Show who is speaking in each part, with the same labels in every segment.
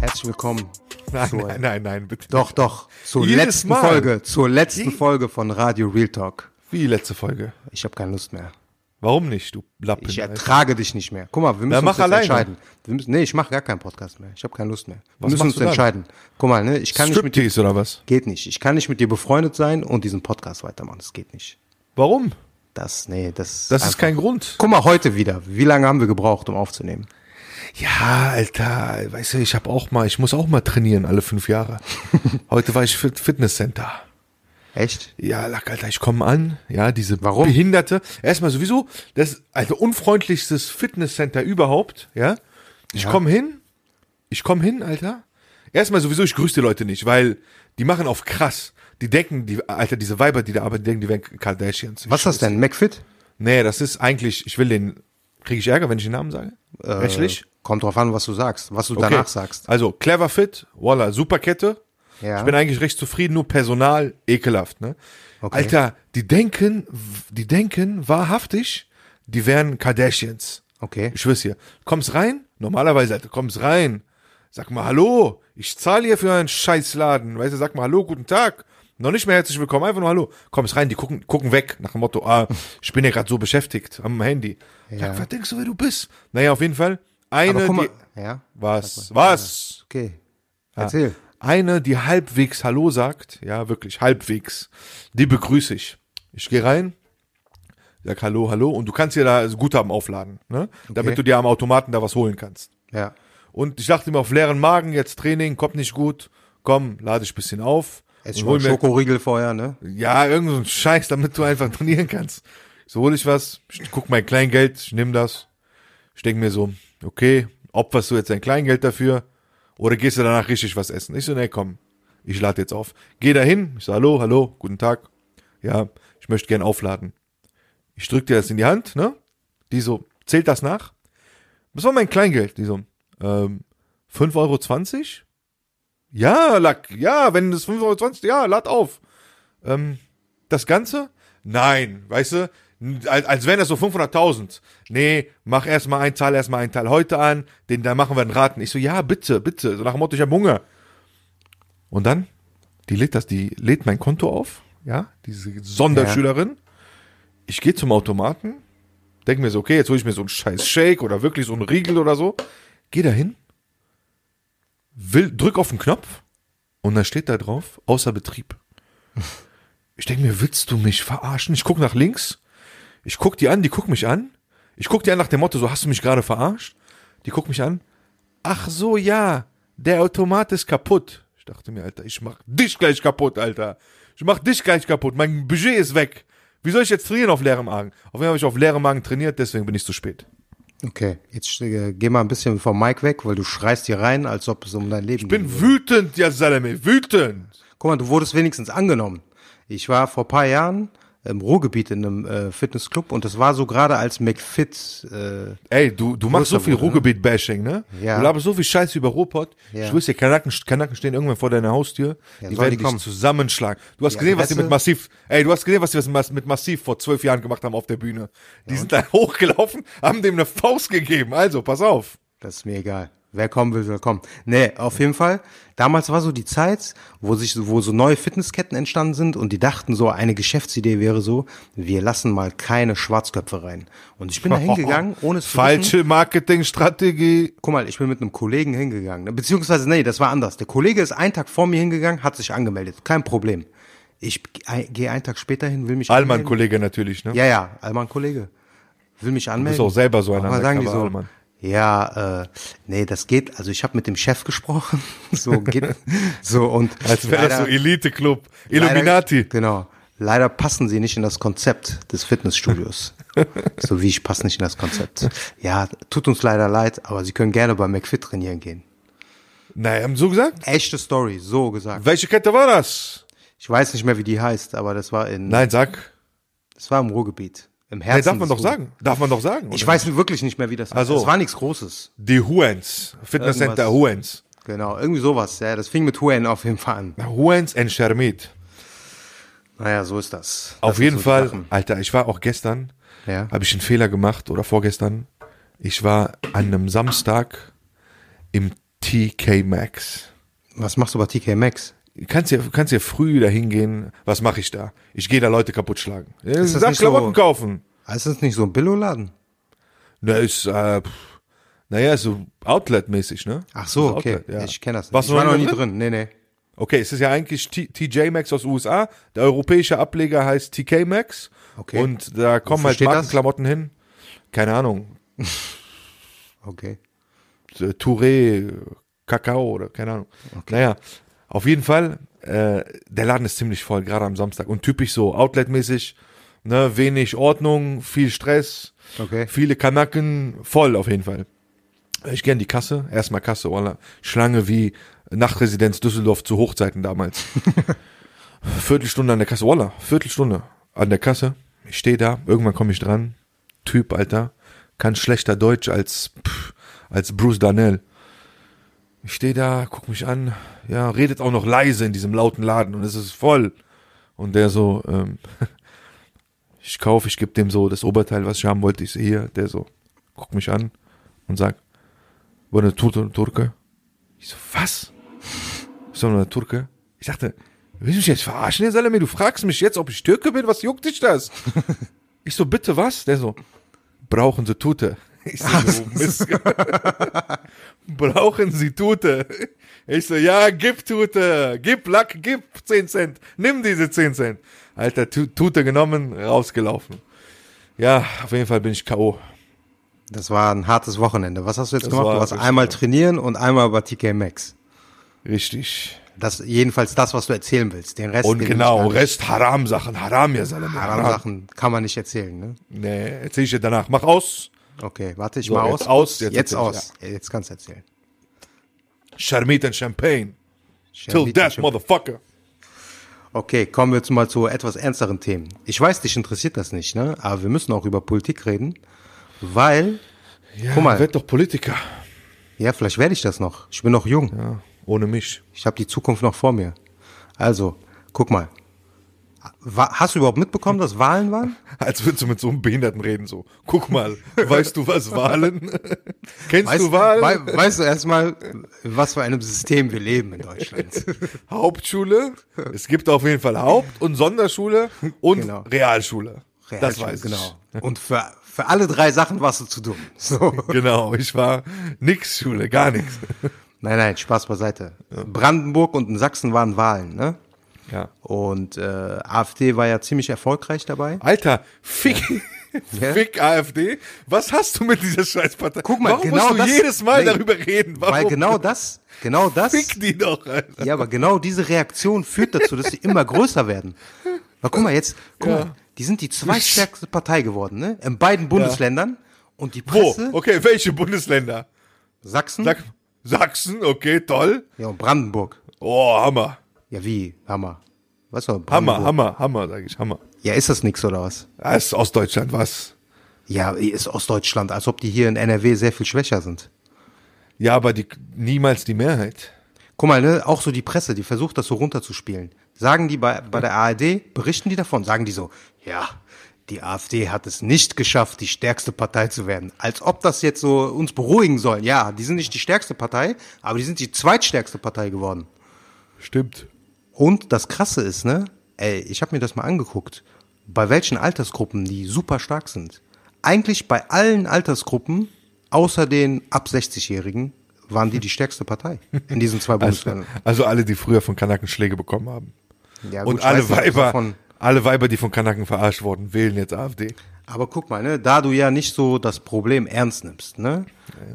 Speaker 1: Herzlich willkommen.
Speaker 2: Nein,
Speaker 1: zur,
Speaker 2: nein, nein, nein, bitte.
Speaker 1: Doch, doch. Zur
Speaker 2: Jedes
Speaker 1: letzten
Speaker 2: Mal.
Speaker 1: Folge. Zur letzten Folge von Radio Real Talk.
Speaker 2: Wie die letzte Folge.
Speaker 1: Ich habe keine Lust mehr.
Speaker 2: Warum nicht, du Lappen?
Speaker 1: Ich
Speaker 2: Alter?
Speaker 1: ertrage dich nicht mehr. Guck mal, wir müssen uns
Speaker 2: mach
Speaker 1: jetzt
Speaker 2: alleine.
Speaker 1: entscheiden. Wir müssen, nee, ich mache gar keinen Podcast mehr. Ich habe keine Lust mehr. Wir
Speaker 2: Was
Speaker 1: müssen
Speaker 2: machst
Speaker 1: uns
Speaker 2: du dann?
Speaker 1: entscheiden. Guck mal, ne, ich kann nicht mit dir,
Speaker 2: Striptease oder was?
Speaker 1: geht nicht. Ich kann nicht mit dir befreundet sein und diesen Podcast weitermachen. Das geht nicht.
Speaker 2: Warum?
Speaker 1: Das, nee, das.
Speaker 2: Das ist
Speaker 1: einfach-
Speaker 2: kein Grund.
Speaker 1: Guck mal, heute wieder. Wie lange haben wir gebraucht, um aufzunehmen?
Speaker 2: Ja, Alter, weißt du, ich habe auch mal, ich muss auch mal trainieren alle fünf Jahre. Heute war ich fit Fitnesscenter.
Speaker 1: Echt?
Speaker 2: Ja, Lack, Alter, ich komme an. Ja, diese
Speaker 1: Warum?
Speaker 2: Behinderte. Erstmal sowieso, das also unfreundlichstes Fitnesscenter überhaupt, ja. Ich komm komme hin, ich komme hin, Alter. Erstmal sowieso, ich grüße die Leute nicht, weil die machen auf krass. Die denken, die, Alter, diese Weiber, die da arbeiten, die denken, die wären Kardashians.
Speaker 1: Was ist das
Speaker 2: denn?
Speaker 1: denn? McFit?
Speaker 2: Nee, das ist eigentlich, ich will den, kriege ich Ärger, wenn ich den Namen sage? Rechtlich?
Speaker 1: Kommt drauf an, was du sagst, was du
Speaker 2: Okay.
Speaker 1: Äh, danach sagst.
Speaker 2: Also, clever fit, voila, super Kette.
Speaker 1: Ja.
Speaker 2: Ich bin eigentlich recht zufrieden, nur Personal, ekelhaft, ne?
Speaker 1: Okay.
Speaker 2: Alter, die denken, die denken wahrhaftig, die wären Kardashians.
Speaker 1: Okay.
Speaker 2: Ich schwör's hier. Kommst rein? Normalerweise, Alter, kommst rein. Sag mal Hallo. Ich zahle hier für einen Scheißladen. Weißt du, sag mal Hallo, guten Tag. Noch nicht mehr herzlich willkommen, einfach nur Hallo. Kommst rein, die gucken, gucken weg nach dem Motto, ah, ich bin ja gerade so beschäftigt am Handy. Sag, was denkst du, wer du bist? Naja, auf jeden Fall.
Speaker 1: Aber
Speaker 2: Eine,
Speaker 1: guck mal,
Speaker 2: die,
Speaker 1: ja.
Speaker 2: was, was?
Speaker 1: Okay. Erzähl.
Speaker 2: Eine, die halbwegs Hallo sagt, ja, wirklich, halbwegs, die begrüße ich. Ich gehe rein, sag Hallo, Hallo und du kannst dir da Guthaben aufladen, ne? damit du dir am Automaten da was holen kannst.
Speaker 1: Ja.
Speaker 2: Und ich dachte mir, auf leeren Magen, jetzt Training, kommt nicht gut, komm, lade ich ein bisschen auf.
Speaker 1: Ess
Speaker 2: und
Speaker 1: schon mal
Speaker 2: hol
Speaker 1: einen
Speaker 2: mir,
Speaker 1: Schokoriegel vorher, ne?
Speaker 2: ja, irgend so ein Scheiß, damit du einfach trainieren kannst. So hole ich was, ich guck mein Kleingeld, ich nehme das. Ich denke mir so, okay, opferst du jetzt dein Kleingeld dafür oder gehst du danach richtig was essen? Ich so, nee, komm, ich lade jetzt auf. Geh dahin, ich so, hallo, hallo, guten Tag. Ja, ich möchte gern aufladen. Ich drück dir das in die Hand, ne? Die so, zählt das nach? Was war mein Kleingeld? Die so, ähm, 5,20 Euro? Ja, Lack, ja, wenn es 5,20 Euro, ja, lad auf. Ähm, das Ganze? Nein, weißt du, n- als, als wären das so 500.000. Nee, mach erstmal ein Teil, erstmal ein Teil heute an, den, dann machen wir einen Raten. Ich so, ja, bitte, bitte, so nach dem Motto, ich habe Hunger. Und dann, die lädt das, die lädt mein Konto auf, ja, diese Sonderschülerin. Ich gehe zum Automaten, denke mir so, okay, jetzt hole ich mir so einen scheiß Shake oder wirklich so einen Riegel oder so. Geh da hin, will, drück auf den Knopf und dann steht da drauf, außer Betrieb. Ich denke mir, willst du mich verarschen? Ich gucke nach links, ich gucke die an, die guckt mich an. Ich gucke die an nach dem Motto, so hast du mich gerade verarscht? Die guckt mich an. Ach so, ja, der Automat ist kaputt. Ich dachte mir, Alter, ich mach dich gleich kaputt, Alter. Ich mach dich gleich kaputt, mein Budget ist weg. Wie soll ich jetzt trainieren auf leerem Magen? Auf jeden Fall habe ich auf leerem Magen trainiert, deswegen bin ich zu spät.
Speaker 1: Okay. Jetzt äh, geh mal ein bisschen vom Mic weg, weil du schreist hier rein, als ob es um dein Leben ging.
Speaker 2: Ich bin wütend, ja Salame, wütend.
Speaker 1: Guck mal, du wurdest wenigstens angenommen. Ich war vor paar Jahren im Ruhrgebiet in einem äh, Fitnessclub und das war so gerade als McFit. Äh,
Speaker 2: Ey, du, du machst so viel
Speaker 1: wurde, ne?
Speaker 2: Ruhrgebiet-Bashing, ne?
Speaker 1: Ja.
Speaker 2: Du laberst so viel Scheiße über Ruhrpott.
Speaker 1: Ja.
Speaker 2: Ich schwör's dir, Kanaken, Kanaken stehen irgendwann vor deiner Haustür.
Speaker 1: Ja,
Speaker 2: die
Speaker 1: sollen
Speaker 2: werden
Speaker 1: die
Speaker 2: dich
Speaker 1: kommen.
Speaker 2: zusammenschlagen. Du hast
Speaker 1: Die
Speaker 2: gesehen, was die
Speaker 1: Adresse-
Speaker 2: mit Massiv, ey, du hast gesehen, was die was mit Massiv vor zwölf Jahren gemacht haben auf der Bühne. Die sind da hochgelaufen, haben dem eine Faust gegeben. Also, pass auf.
Speaker 1: Das ist mir egal. Wer kommen will, soll kommen. Nee, auf jeden Fall. Damals war so die Zeit, wo sich, wo so neue Fitnessketten entstanden sind und die dachten so, eine Geschäftsidee wäre so, wir lassen mal keine Schwarzköpfe rein. Und ich bin da hingegangen, ohne es zu wissen.
Speaker 2: Falsche Marketingstrategie.
Speaker 1: Guck mal, ich bin mit einem Kollegen hingegangen. ne, Beziehungsweise, nee, das war anders. Der Kollege ist einen Tag vor mir hingegangen, hat sich angemeldet. Kein Problem. Ich g- ein- gehe einen Tag später hin, will mich anmelden.
Speaker 2: Allmann-Kollege natürlich, ne?
Speaker 1: Ja, ja, Alman Kollege. Will mich anmelden.
Speaker 2: auch selber so ein
Speaker 1: Aber sagen die
Speaker 2: Undercover
Speaker 1: so,
Speaker 2: Allmann.
Speaker 1: ja, äh, nee, das geht, also ich habe mit dem Chef gesprochen, so geht, so und
Speaker 2: Als wäre das so
Speaker 1: leider-
Speaker 2: Elite-Club.
Speaker 1: leider-
Speaker 2: Illuminati.
Speaker 1: Genau. Leider passen sie nicht in das Konzept des Fitnessstudios. so wie ich passe nicht in das Konzept. Ja, tut uns leider leid, aber sie können gerne bei McFit trainieren gehen.
Speaker 2: Nein, haben so gesagt?
Speaker 1: Echte Story, so gesagt.
Speaker 2: Welche Kette war das?
Speaker 1: Ich weiß nicht mehr, wie die heißt, aber das war in,
Speaker 2: Nein, sag.
Speaker 1: das war im Ruhrgebiet. Im Herzen.
Speaker 2: Nein, darf man
Speaker 1: des
Speaker 2: doch
Speaker 1: Ruhr-
Speaker 2: sagen. Darf man doch sagen.
Speaker 1: Ich
Speaker 2: oder?
Speaker 1: weiß wirklich nicht mehr, wie das heißt.
Speaker 2: so.
Speaker 1: Es war nichts Großes.
Speaker 2: Die Huens. Fitnesscenter Huens.
Speaker 1: Genau, irgendwie sowas. Ja, das fing mit Huen auf jeden Fall an.
Speaker 2: Huens and Schermit.
Speaker 1: Naja, so ist das. das
Speaker 2: Auf
Speaker 1: sind
Speaker 2: jeden
Speaker 1: so
Speaker 2: Fall,
Speaker 1: Sachen.
Speaker 2: Alter, ich war auch gestern,
Speaker 1: Ja.
Speaker 2: habe ich einen Fehler gemacht oder vorgestern. Ich war an einem Samstag im TK Maxx.
Speaker 1: Was machst du bei TK Maxx?
Speaker 2: Kannst ja, kannst ja früh da hingehen. Was mache ich da? Ich gehe da Leute kaputt schlagen. Ja,
Speaker 1: das
Speaker 2: Sag
Speaker 1: nicht so-
Speaker 2: Klamotten kaufen.
Speaker 1: Ah, Ist das nicht so ein Billo-Laden?
Speaker 2: Na, ist, äh, pff, naja, ist so Outlet-mäßig, ne?
Speaker 1: Ach so,
Speaker 2: Das
Speaker 1: okay.
Speaker 2: Outlet, ja.
Speaker 1: Ich kenne das.
Speaker 2: Warst
Speaker 1: ich
Speaker 2: du
Speaker 1: war
Speaker 2: noch
Speaker 1: noch
Speaker 2: nie
Speaker 1: nie drin. Nee, nee.
Speaker 2: Okay, es ist ja eigentlich T TJ Maxx aus USA. Der europäische Ableger heißt TK Maxx.
Speaker 1: Okay.
Speaker 2: Und da kommen
Speaker 1: Wofür
Speaker 2: halt
Speaker 1: steht das?
Speaker 2: Markenklamotten hin. Keine Ahnung.
Speaker 1: Okay.
Speaker 2: äh, Touré, äh, Kakao oder keine Ahnung. Naja, auf jeden Fall, äh, der Laden ist ziemlich voll, gerade am Samstag. Und typisch so, Outlet-mäßig, ne, wenig Ordnung, viel Stress,
Speaker 1: Okay.
Speaker 2: viele Kanaken, voll auf jeden Fall. Ich gern die Kasse, erstmal Kasse, voilà. Schlange wie Nachtresidenz Düsseldorf zu Hochzeiten damals. Viertelstunde an der Kasse, voilà, Viertelstunde an der Kasse. Ich stehe da, irgendwann komme ich dran. Typ, Alter, kann schlechter Deutsch als, pff, als Bruce Darnell. Ich stehe da, guck mich an, ja, redet auch noch leise in diesem lauten Laden und es ist voll. Und der so, ähm, ich kaufe, ich gebe dem so das Oberteil, was ich haben wollte, ich sehe hier, der so, guckt mich an und sagt, war eine Tur Turke? Ich so, was? Ich so, eine Turke? Ich dachte, willst du mich jetzt verarschen, Herr Salami? Du fragst mich jetzt, ob ich Türke bin, was juckt dich das? Ich so, bitte was? Der so, brauchen Sie Tute. Ich so, du Mist. brauchen Sie Tute? Ich so, ja, gib Tute, gib Lack, gib 10 Cent, nimm diese 10 Cent. Alter, Tu- Tute genommen, rausgelaufen. Ja, auf jeden Fall bin ich K.O.
Speaker 1: Das war ein hartes Wochenende. Was hast du jetzt
Speaker 2: Das
Speaker 1: gemacht?
Speaker 2: war
Speaker 1: Du warst
Speaker 2: richtig,
Speaker 1: einmal trainieren und einmal bei TK Maxx.
Speaker 2: Richtig.
Speaker 1: Das, jedenfalls das, was du erzählen willst. Den Rest.
Speaker 2: Und
Speaker 1: den
Speaker 2: genau,
Speaker 1: Rest.
Speaker 2: Rest Haram-Sachen, Haram, ja, Salami.
Speaker 1: Haram Sachen kann man nicht erzählen, ne?
Speaker 2: Nee, erzähl ich dir danach. Mach aus.
Speaker 1: Okay, warte ich
Speaker 2: So,
Speaker 1: mal
Speaker 2: jetzt
Speaker 1: aus.
Speaker 2: aus,
Speaker 1: Jetzt,
Speaker 2: jetzt erzähl ich,
Speaker 1: aus. Jetzt kannst du erzählen.
Speaker 2: Charmit and Champagne. Till
Speaker 1: Schermit-
Speaker 2: death, motherfucker.
Speaker 1: Okay, kommen wir jetzt mal zu etwas ernsteren Themen. Ich weiß, dich interessiert das nicht, ne? Aber wir müssen auch über Politik reden, weil,
Speaker 2: Ja,
Speaker 1: Guck mal.
Speaker 2: werd doch Politiker.
Speaker 1: ja, vielleicht werde ich das noch. Ich bin noch jung.
Speaker 2: Ja, ohne mich.
Speaker 1: Ich habe die Zukunft noch vor mir. Also, guck mal. Wa- Hast du überhaupt mitbekommen, dass Wahlen waren?
Speaker 2: Als würdest du mit so einem Behinderten reden, so. Guck mal, weißt du was Wahlen? Kennst
Speaker 1: Weißt,
Speaker 2: du Wahlen?
Speaker 1: wei- weißt du erstmal, was für einem System wir leben in Deutschland?
Speaker 2: Hauptschule. Es gibt auf jeden Fall Haupt- und Sonderschule und
Speaker 1: Genau.
Speaker 2: Realschule. Das
Speaker 1: Realschule,
Speaker 2: weiß ich.
Speaker 1: genau. Und für, für alle drei Sachen warst du zu dumm. So.
Speaker 2: Genau, ich war nix Schule, gar nichts.
Speaker 1: Nein, nein, Spaß beiseite. Brandenburg und in Sachsen waren Wahlen, ne?
Speaker 2: Ja.
Speaker 1: Und äh, AfD war ja ziemlich erfolgreich dabei.
Speaker 2: Alter, fick,
Speaker 1: Ja.
Speaker 2: fick AfD. Was hast du mit dieser Scheißpartei?
Speaker 1: Guck mal,
Speaker 2: Warum
Speaker 1: genau
Speaker 2: musst du
Speaker 1: das-
Speaker 2: jedes Mal
Speaker 1: Nee.
Speaker 2: darüber reden? Warum?
Speaker 1: Weil genau das, genau das.
Speaker 2: Fick die doch, Alter.
Speaker 1: Ja, aber genau diese Reaktion führt dazu, dass sie immer größer werden. Na, guck mal jetzt, guck mal, die sind die zweitstärkste Partei geworden, ne? In beiden Bundesländern. Und die
Speaker 2: Wo?
Speaker 1: Presse,
Speaker 2: Okay, welche Bundesländer?
Speaker 1: Sachsen
Speaker 2: Sag, Sachsen, okay, toll.
Speaker 1: ja, und Brandenburg.
Speaker 2: Oh, Hammer.
Speaker 1: Ja, wie? Hammer. Weißt du,
Speaker 2: Hammer,
Speaker 1: Brandenburg.
Speaker 2: Hammer, Hammer, sag ich, Hammer.
Speaker 1: Ja, ist das nix oder was?
Speaker 2: Das ist Ostdeutschland, was?
Speaker 1: Ja, ist Ostdeutschland, als ob die hier in NRW sehr viel schwächer sind.
Speaker 2: Ja, aber die, niemals die Mehrheit.
Speaker 1: Guck mal, ne, auch so die Presse, die versucht das so runterzuspielen. Sagen die bei, bei der ARD, berichten die davon, sagen die so, ja, die AfD hat es nicht geschafft, die stärkste Partei zu werden. Als ob das jetzt so uns beruhigen soll. Ja, die sind nicht die stärkste Partei, aber die sind die zweitstärkste Partei geworden.
Speaker 2: Stimmt.
Speaker 1: Und das Krasse ist, ne, ey, ich habe mir das mal angeguckt, bei welchen Altersgruppen die super stark sind. Eigentlich bei allen Altersgruppen, außer den ab 60-Jährigen, waren die die stärkste Partei in diesen zwei
Speaker 2: Also,
Speaker 1: Bundesländern.
Speaker 2: also alle, die früher von Kanaken Schläge bekommen haben.
Speaker 1: Ja,
Speaker 2: Und
Speaker 1: gut, also ich
Speaker 2: alle
Speaker 1: weiß nicht,
Speaker 2: Weiber,
Speaker 1: davon-
Speaker 2: alle Weiber, die von Kanaken verarscht wurden, wählen jetzt AfD.
Speaker 1: aber guck mal, ne, da du ja nicht so das Problem ernst nimmst, ne,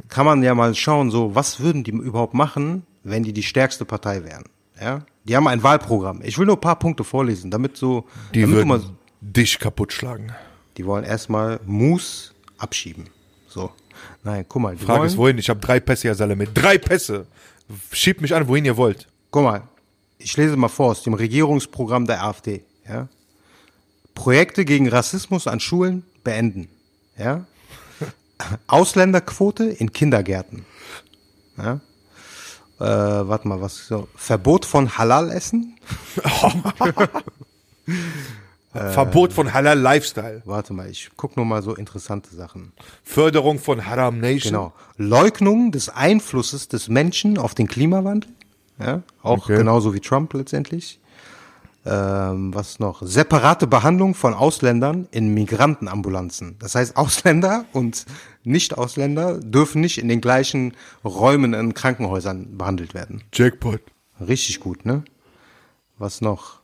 Speaker 1: kann man ja mal schauen, so was würden die überhaupt machen, wenn die die stärkste Partei wären. Ja? Die haben ein Wahlprogramm. Ich will nur ein paar Punkte vorlesen, damit so.
Speaker 2: Die
Speaker 1: damit du
Speaker 2: würden
Speaker 1: mal,
Speaker 2: dich kaputt schlagen.
Speaker 1: die wollen erstmal Moose abschieben. So. Nein, guck mal. Die
Speaker 2: Frage
Speaker 1: wollen,
Speaker 2: ist, wohin? Ich habe drei Pässe, Herr Salamit. Drei Pässe. Schiebt mich an, wohin ihr wollt.
Speaker 1: Guck mal, ich lese mal vor aus dem Regierungsprogramm der AfD. Ja? Projekte gegen Rassismus an Schulen beenden. Ja? Ausländerquote in Kindergärten. Ja? Äh, warte mal, was so? Verbot von Halal-Essen? Äh.
Speaker 2: Verbot von Halal Lifestyle.
Speaker 1: Warte mal, ich guck nur mal so interessante Sachen.
Speaker 2: Förderung von Haram Nation.
Speaker 1: Genau. Leugnung des Einflusses des Menschen auf den Klimawandel. Ja, auch
Speaker 2: Okay.
Speaker 1: genauso wie Trump letztendlich. Ähm, was noch? Separate Behandlung von Ausländern in Migrantenambulanzen. Das heißt, Ausländer und Nicht-Ausländer dürfen nicht in den gleichen Räumen in Krankenhäusern behandelt werden.
Speaker 2: Jackpot.
Speaker 1: Richtig gut, ne? Was noch?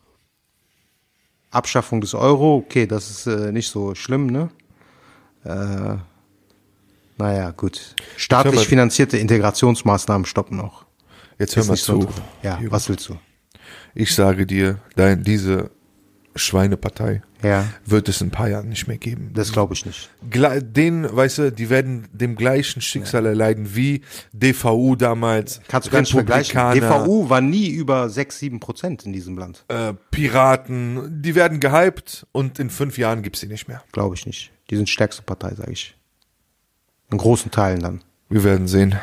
Speaker 1: Abschaffung des Euro, okay, das ist äh, nicht so schlimm, ne? Äh, naja, gut. Staatlich
Speaker 2: Schau mal.
Speaker 1: finanzierte Integrationsmaßnahmen stoppen auch.
Speaker 2: Jetzt hör mal
Speaker 1: Nicht so
Speaker 2: zu.
Speaker 1: interessant. ja, was willst du?
Speaker 2: Ich sage dir, dein, diese Schweinepartei
Speaker 1: Ja.
Speaker 2: wird es in ein paar Jahren nicht mehr geben.
Speaker 1: Das glaube ich nicht.
Speaker 2: Gla den, weißt du, die werden dem gleichen Schicksal erleiden wie DVU damals.
Speaker 1: Kannst du gar nicht vergleichen.
Speaker 2: Republikaner,
Speaker 1: DVU war nie über 6, 7 Prozent in diesem Land.
Speaker 2: Äh, Piraten, die werden gehypt und in fünf Jahren gibt's die nicht mehr.
Speaker 1: Glaube ich nicht. Die sind stärkste Partei, sage ich. In großen Teilen dann.
Speaker 2: Wir werden sehen.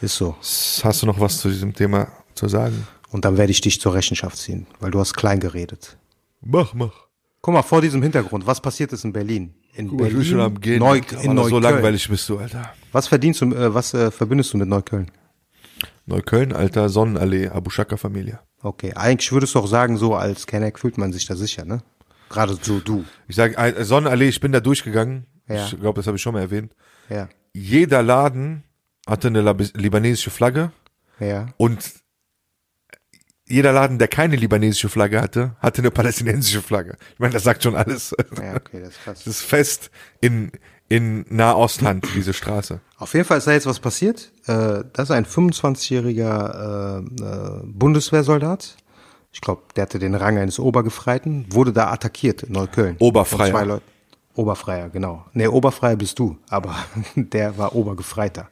Speaker 1: Ist so.
Speaker 2: Hast du noch was zu diesem Thema zu sagen?
Speaker 1: Und dann werde ich dich zur Rechenschaft ziehen, weil du hast klein geredet.
Speaker 2: Mach, mach.
Speaker 1: Guck mal, vor diesem Hintergrund, was passiert ist in Berlin? In
Speaker 2: Guck mal, ich
Speaker 1: Berlin,
Speaker 2: bin schon am Gehen.
Speaker 1: Neu,
Speaker 2: Aber
Speaker 1: in Neukölln.
Speaker 2: so langweilig bist du, Alter.
Speaker 1: Was verdienst du, äh, was äh, verbindest du mit Neukölln?
Speaker 2: Neukölln, Alter, Sonnenallee, Abu Shaka Familie.
Speaker 1: Okay, eigentlich würdest du auch sagen, so als Kenneck fühlt man sich da sicher, ne? Gerade so du.
Speaker 2: Ich sage, äh, Sonnenallee, ich bin da durchgegangen.
Speaker 1: Ja.
Speaker 2: Ich glaube, das habe ich schon mal erwähnt.
Speaker 1: Ja,
Speaker 2: Jeder Laden hatte eine Lab libanesische Flagge
Speaker 1: ja.
Speaker 2: und jeder Laden, der keine libanesische Flagge hatte, hatte eine palästinensische Flagge. Ich meine, das sagt schon alles.
Speaker 1: Ja, okay, das ist krass.
Speaker 2: Das ist fest in, in Nahostland, diese Straße.
Speaker 1: Auf jeden Fall ist da jetzt was passiert. Äh, das ist ein 25-jähriger äh, äh, Bundeswehrsoldat. Ich glaube, der hatte den Rang eines Obergefreiten, wurde da attackiert in Neukölln.
Speaker 2: Oberfreier.
Speaker 1: Von Zwei Leuten. Oberfreier, genau. Nee, Oberfreier bist du, aber der war Obergefreiter.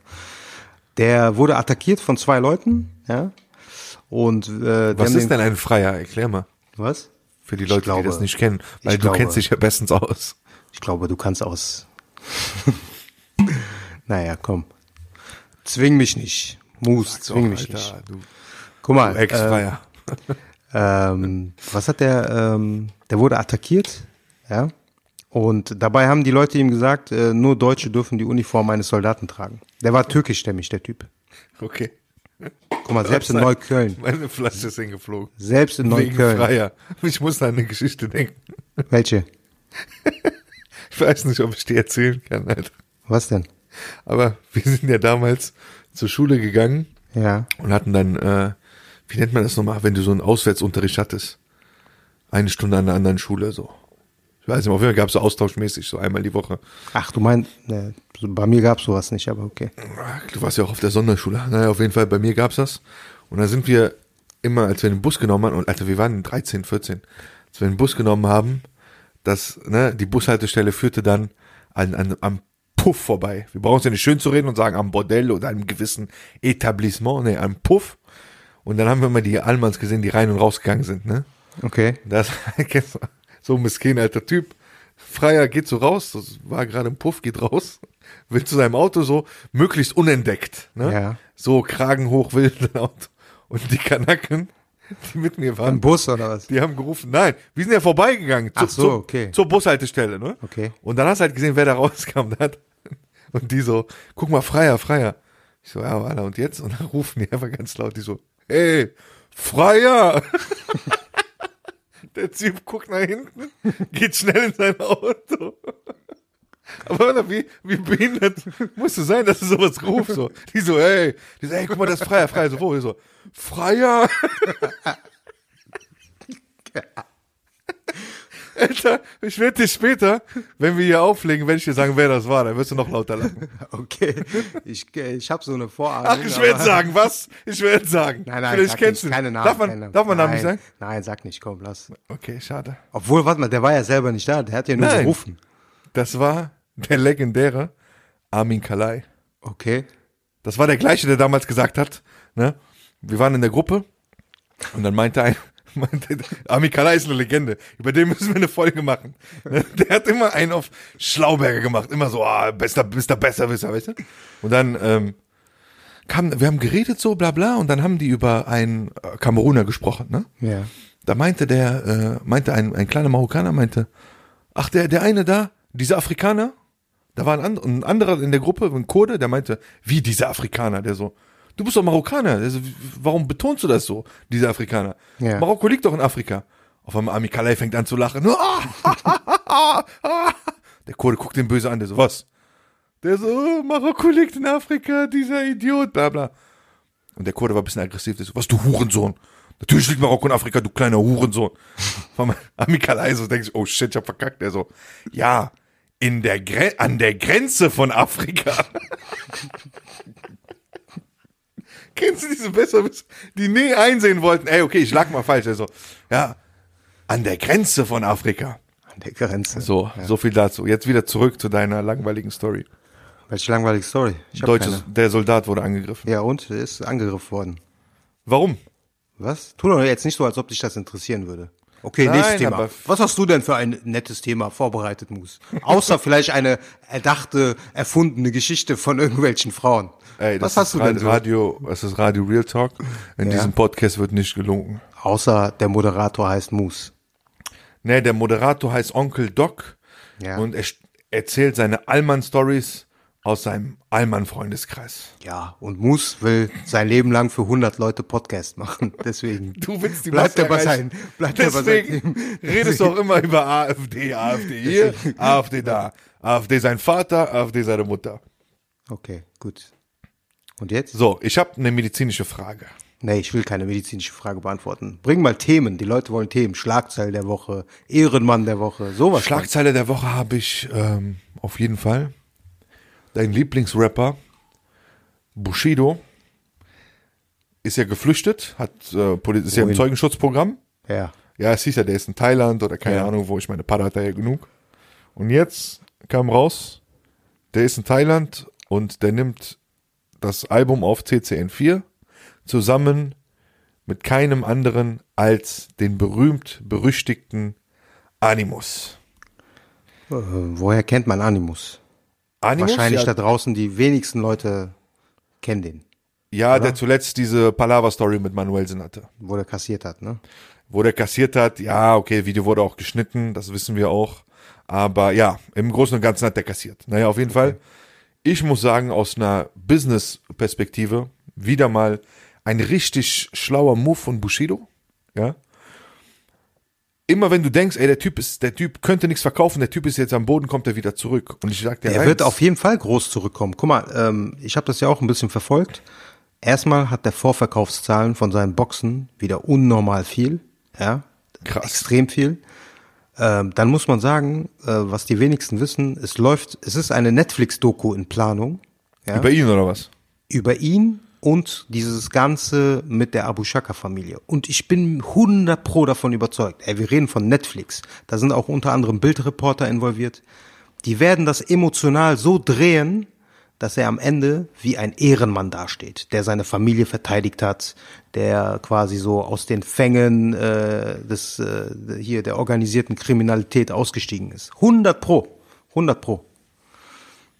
Speaker 1: Der wurde attackiert von zwei Leuten, ja. Und äh,
Speaker 2: Was ist denn ein Freier? Erklär mal.
Speaker 1: Was?
Speaker 2: Für die
Speaker 1: Ich
Speaker 2: Leute,
Speaker 1: glaube-
Speaker 2: die das nicht kennen. Weil
Speaker 1: ich
Speaker 2: du
Speaker 1: glaube-
Speaker 2: kennst dich ja bestens aus.
Speaker 1: Ich glaube, du kannst aus. naja, komm. Zwing mich nicht. Moose, zwing mich nicht.
Speaker 2: Alter, du
Speaker 1: Guck mal, äh,
Speaker 2: Ex-Freier.
Speaker 1: Ähm, was hat der? Ähm, der wurde attackiert, ja. Und dabei haben die Leute ihm gesagt, äh, nur Deutsche dürfen die Uniform eines Soldaten tragen. Der war türkischstämmig, der Typ.
Speaker 2: okay.
Speaker 1: Guck mal, selbst also in Neukölln,
Speaker 2: Meine Flasche ist hingeflogen.
Speaker 1: selbst in
Speaker 2: Wegen
Speaker 1: Neukölln.
Speaker 2: Freier. Ich muss an eine Geschichte denken.
Speaker 1: Welche?
Speaker 2: Ich weiß nicht, ob ich die erzählen kann, Alter.
Speaker 1: Was denn?
Speaker 2: Aber wir sind ja damals zur Schule gegangen
Speaker 1: Ja.
Speaker 2: und hatten dann, äh, wie nennt man das nochmal, wenn du so einen Auswärtsunterricht hattest? Eine Stunde an einer anderen Schule, so. Ich weiß nicht, auf jeden Fall gab es so austauschmäßig, so einmal die Woche.
Speaker 1: Ach, du meinst, ne, so- bei mir gab's sowas nicht, aber okay.
Speaker 2: Du warst ja auch auf der Sonderschule. Naja, auf jeden Fall, bei mir gab's das. Und dann sind wir immer, als wir den Bus genommen haben, und Alter, wir waren 13, 14, als wir den Bus genommen haben, das, ne, die Bushaltestelle führte dann an, an, am Puff vorbei. Wir brauchen es ja nicht schön zu reden und sagen am Bordell oder einem gewissen Etablissement, ne, am Puff. Und dann haben wir mal die Allmanns gesehen, die rein und rausgegangen sind, ne?
Speaker 1: Okay.
Speaker 2: Das kennst du, so ein miskin alter Typ. Freier geht so raus, das war gerade im Puff, geht raus, will zu seinem Auto so, möglichst unentdeckt. Ne?
Speaker 1: Ja.
Speaker 2: So Kragen hoch will sein Auto. Und die Kanaken, die mit mir
Speaker 1: Im
Speaker 2: waren,
Speaker 1: Bus oder was?
Speaker 2: die haben gerufen, nein, wir sind ja vorbeigegangen. zu-
Speaker 1: Ach so,
Speaker 2: zu-
Speaker 1: okay.
Speaker 2: Zur Bushaltestelle, ne?
Speaker 1: Okay.
Speaker 2: Und dann hast du halt gesehen, wer da rauskam. Da hat, und die so, guck mal, Freier, Freier. Ich so, ja, Walla, und jetzt? Und dann rufen die einfach ganz laut, die so, ey, Freier! Der Typ guckt nach hinten, geht schnell in sein Auto. Aber Alter, wie, wie behindert musst du sein, dass du sowas rufst? So. Die so, ey, die so, ey, guck mal, das ist Freier, Freier. So, wo? Die so, Freier! Alter, ich werde dir später, wenn wir hier auflegen, werde ich dir sagen, wer das war. Dann wirst du noch lauter lachen.
Speaker 1: Okay, ich, ich habe so eine Vorahnung.
Speaker 2: Ach, ich
Speaker 1: aber-
Speaker 2: werde sagen, was? Ich werde sagen.
Speaker 1: Nein, nein,
Speaker 2: Vielleicht
Speaker 1: sag
Speaker 2: kennst
Speaker 1: nicht.
Speaker 2: du.
Speaker 1: Keine Namen.
Speaker 2: Darf man,
Speaker 1: keine Namen.
Speaker 2: darf man
Speaker 1: nein,
Speaker 2: Namen nicht sagen?
Speaker 1: Nein, sag nicht, komm, lass.
Speaker 2: Okay, schade.
Speaker 1: Obwohl, warte mal, der war ja selber nicht da, der hat ja nur
Speaker 2: Nein.
Speaker 1: gerufen.
Speaker 2: Das war der legendäre Armin Kalai.
Speaker 1: Okay.
Speaker 2: Das war der gleiche, der damals gesagt hat, ne? Wir waren in der Gruppe und dann meinte ein, meinte, Armin Kalai ist eine Legende. Über den müssen wir eine Folge machen. Ne? Der hat immer einen auf Schlauberger gemacht. Immer so, ah, bester, bester, besserwisser, weißt du? Und dann, ähm, kam, wir haben geredet so, bla, bla, und dann haben die über einen äh, Kameruner gesprochen, ne?
Speaker 1: Ja.
Speaker 2: Da meinte der, äh, meinte ein, ein kleiner Marokkaner, meinte, ach, der, der eine da, dieser Afrikaner, da war ein, and, ein anderer in der Gruppe, ein Kurde, der meinte, wie dieser Afrikaner, der so, du bist doch Marokkaner, der so, "W- warum betonst du das so, dieser Afrikaner?
Speaker 1: Ja.
Speaker 2: Marokko liegt doch in Afrika. Auf einmal Ami Kalei fängt an zu lachen. Der Kurde guckt den böse an, der so, was? Der so, oh, Marokko liegt in Afrika, dieser Idiot, bla bla. Und der Kurde war ein bisschen aggressiv. Der so, was, du Hurensohn? Natürlich liegt Marokko in Afrika, du kleiner Hurensohn. Von Amikalei so denke ich, oh shit, ich hab verkackt. Der so, ja, in der Gre an der Grenze von Afrika. Kennst du diese besser, die nie einsehen wollten? Ey, okay, ich lag mal falsch. Der so, ja, an der Grenze von Afrika.
Speaker 1: An der Grenze.
Speaker 2: So, so viel dazu. Jetzt wieder zurück zu deiner langweiligen Story.
Speaker 1: Welche langweilige Story. Ich hab
Speaker 2: Deutsches,
Speaker 1: keine.
Speaker 2: der Soldat wurde angegriffen.
Speaker 1: Ja, und? Der ist angegriffen worden.
Speaker 2: Warum?
Speaker 1: Was? Tu doch jetzt nicht so, als ob dich das interessieren würde. Okay,
Speaker 2: Nein,
Speaker 1: nächstes Thema.
Speaker 2: aber-
Speaker 1: Was hast du denn für ein nettes Thema vorbereitet, Mus? Außer vielleicht eine erdachte, erfundene Geschichte von irgendwelchen Frauen.
Speaker 2: Ey,
Speaker 1: Was
Speaker 2: das
Speaker 1: hast
Speaker 2: ist
Speaker 1: du denn
Speaker 2: Ra-
Speaker 1: so?
Speaker 2: Radio, das ist Radio Real Talk. In
Speaker 1: Ja.
Speaker 2: diesem Podcast wird nicht gelungen.
Speaker 1: Außer der Moderator heißt Mus.
Speaker 2: Nee, der Moderator heißt Onkel Doc
Speaker 1: Ja.
Speaker 2: und er st- erzählt seine Allmann-Stories aus seinem Allmann-Freundeskreis.
Speaker 1: Ja, und Moose will sein Leben lang für 100 Leute Podcast machen. Deswegen
Speaker 2: Du willst die
Speaker 1: bleibt
Speaker 2: Masse
Speaker 1: er bei
Speaker 2: erreichen.
Speaker 1: seinen, bleibt er bei seinen
Speaker 2: Deswegen redest du auch immer über AfD, AfD hier, AfD da. AfD sein Vater, AfD seine Mutter.
Speaker 1: Okay, gut. Und jetzt?
Speaker 2: So, ich habe eine medizinische Frage.
Speaker 1: Nee, ich will keine medizinische Frage beantworten. Bring mal Themen. Die Leute wollen Themen. Schlagzeil der Woche, Ehrenmann der Woche, sowas.
Speaker 2: Schlagzeile der Woche habe ich ähm, auf jeden Fall. Dein Lieblingsrapper Bushido ist ja geflüchtet, hat äh, Poli- ist ja im
Speaker 1: Wohin?
Speaker 2: Zeugenschutzprogramm.
Speaker 1: Ja.
Speaker 2: Ja, es hieß ja, der ist in Thailand oder keine
Speaker 1: Ja.
Speaker 2: Ahnung, wo ich meine Pader hat er ja genug. Und jetzt kam raus, der ist in Thailand und der nimmt das Album auf CCN4 zusammen mit keinem anderen als den berühmt berüchtigten Animus.
Speaker 1: Äh, woher kennt man Animus?
Speaker 2: Animus
Speaker 1: Wahrscheinlich
Speaker 2: ja,
Speaker 1: da draußen die wenigsten Leute kennen den,
Speaker 2: ja der zuletzt diese Palaver-Story mit Manuelsen hatte.
Speaker 1: wo der kassiert hat, ne?
Speaker 2: Wo der kassiert hat, ja, okay, Video wurde auch geschnitten, das wissen wir auch. Aber ja, im Großen und Ganzen hat der kassiert. Naja, auf jeden Fall. Ich muss sagen, aus einer Business-Perspektive wieder mal ein richtig schlauer Move von Bushido. Ja. Immer wenn du denkst, ey, der Typ ist, der Typ könnte nichts verkaufen, der Typ ist jetzt am Boden, kommt er wieder zurück. Und ich sag dir,
Speaker 1: Er
Speaker 2: eins,
Speaker 1: wird auf jeden Fall groß zurückkommen. Guck mal, ähm, ich habe das ja auch ein bisschen verfolgt. Erstmal hat der Vorverkaufszahlen von seinen Boxen wieder unnormal viel. Ja,
Speaker 2: Krass.
Speaker 1: extrem viel. Ähm, dann muss man sagen, äh, was die wenigsten wissen, es läuft, es ist eine Netflix-Doku in Planung ja,
Speaker 2: über
Speaker 1: über,
Speaker 2: ihn oder was?
Speaker 1: ihn und dieses Ganze mit der Abu Shaka-Familie. Und ich bin 100 pro davon überzeugt. Ey, wir reden von Netflix. Da sind auch unter anderem Bildreporter involviert. Die werden das emotional so drehen, dass er am Ende wie ein Ehrenmann dasteht, der seine Familie verteidigt hat, der quasi so aus den Fängen äh, des äh, hier der organisierten Kriminalität ausgestiegen ist. 100 pro, 100 pro.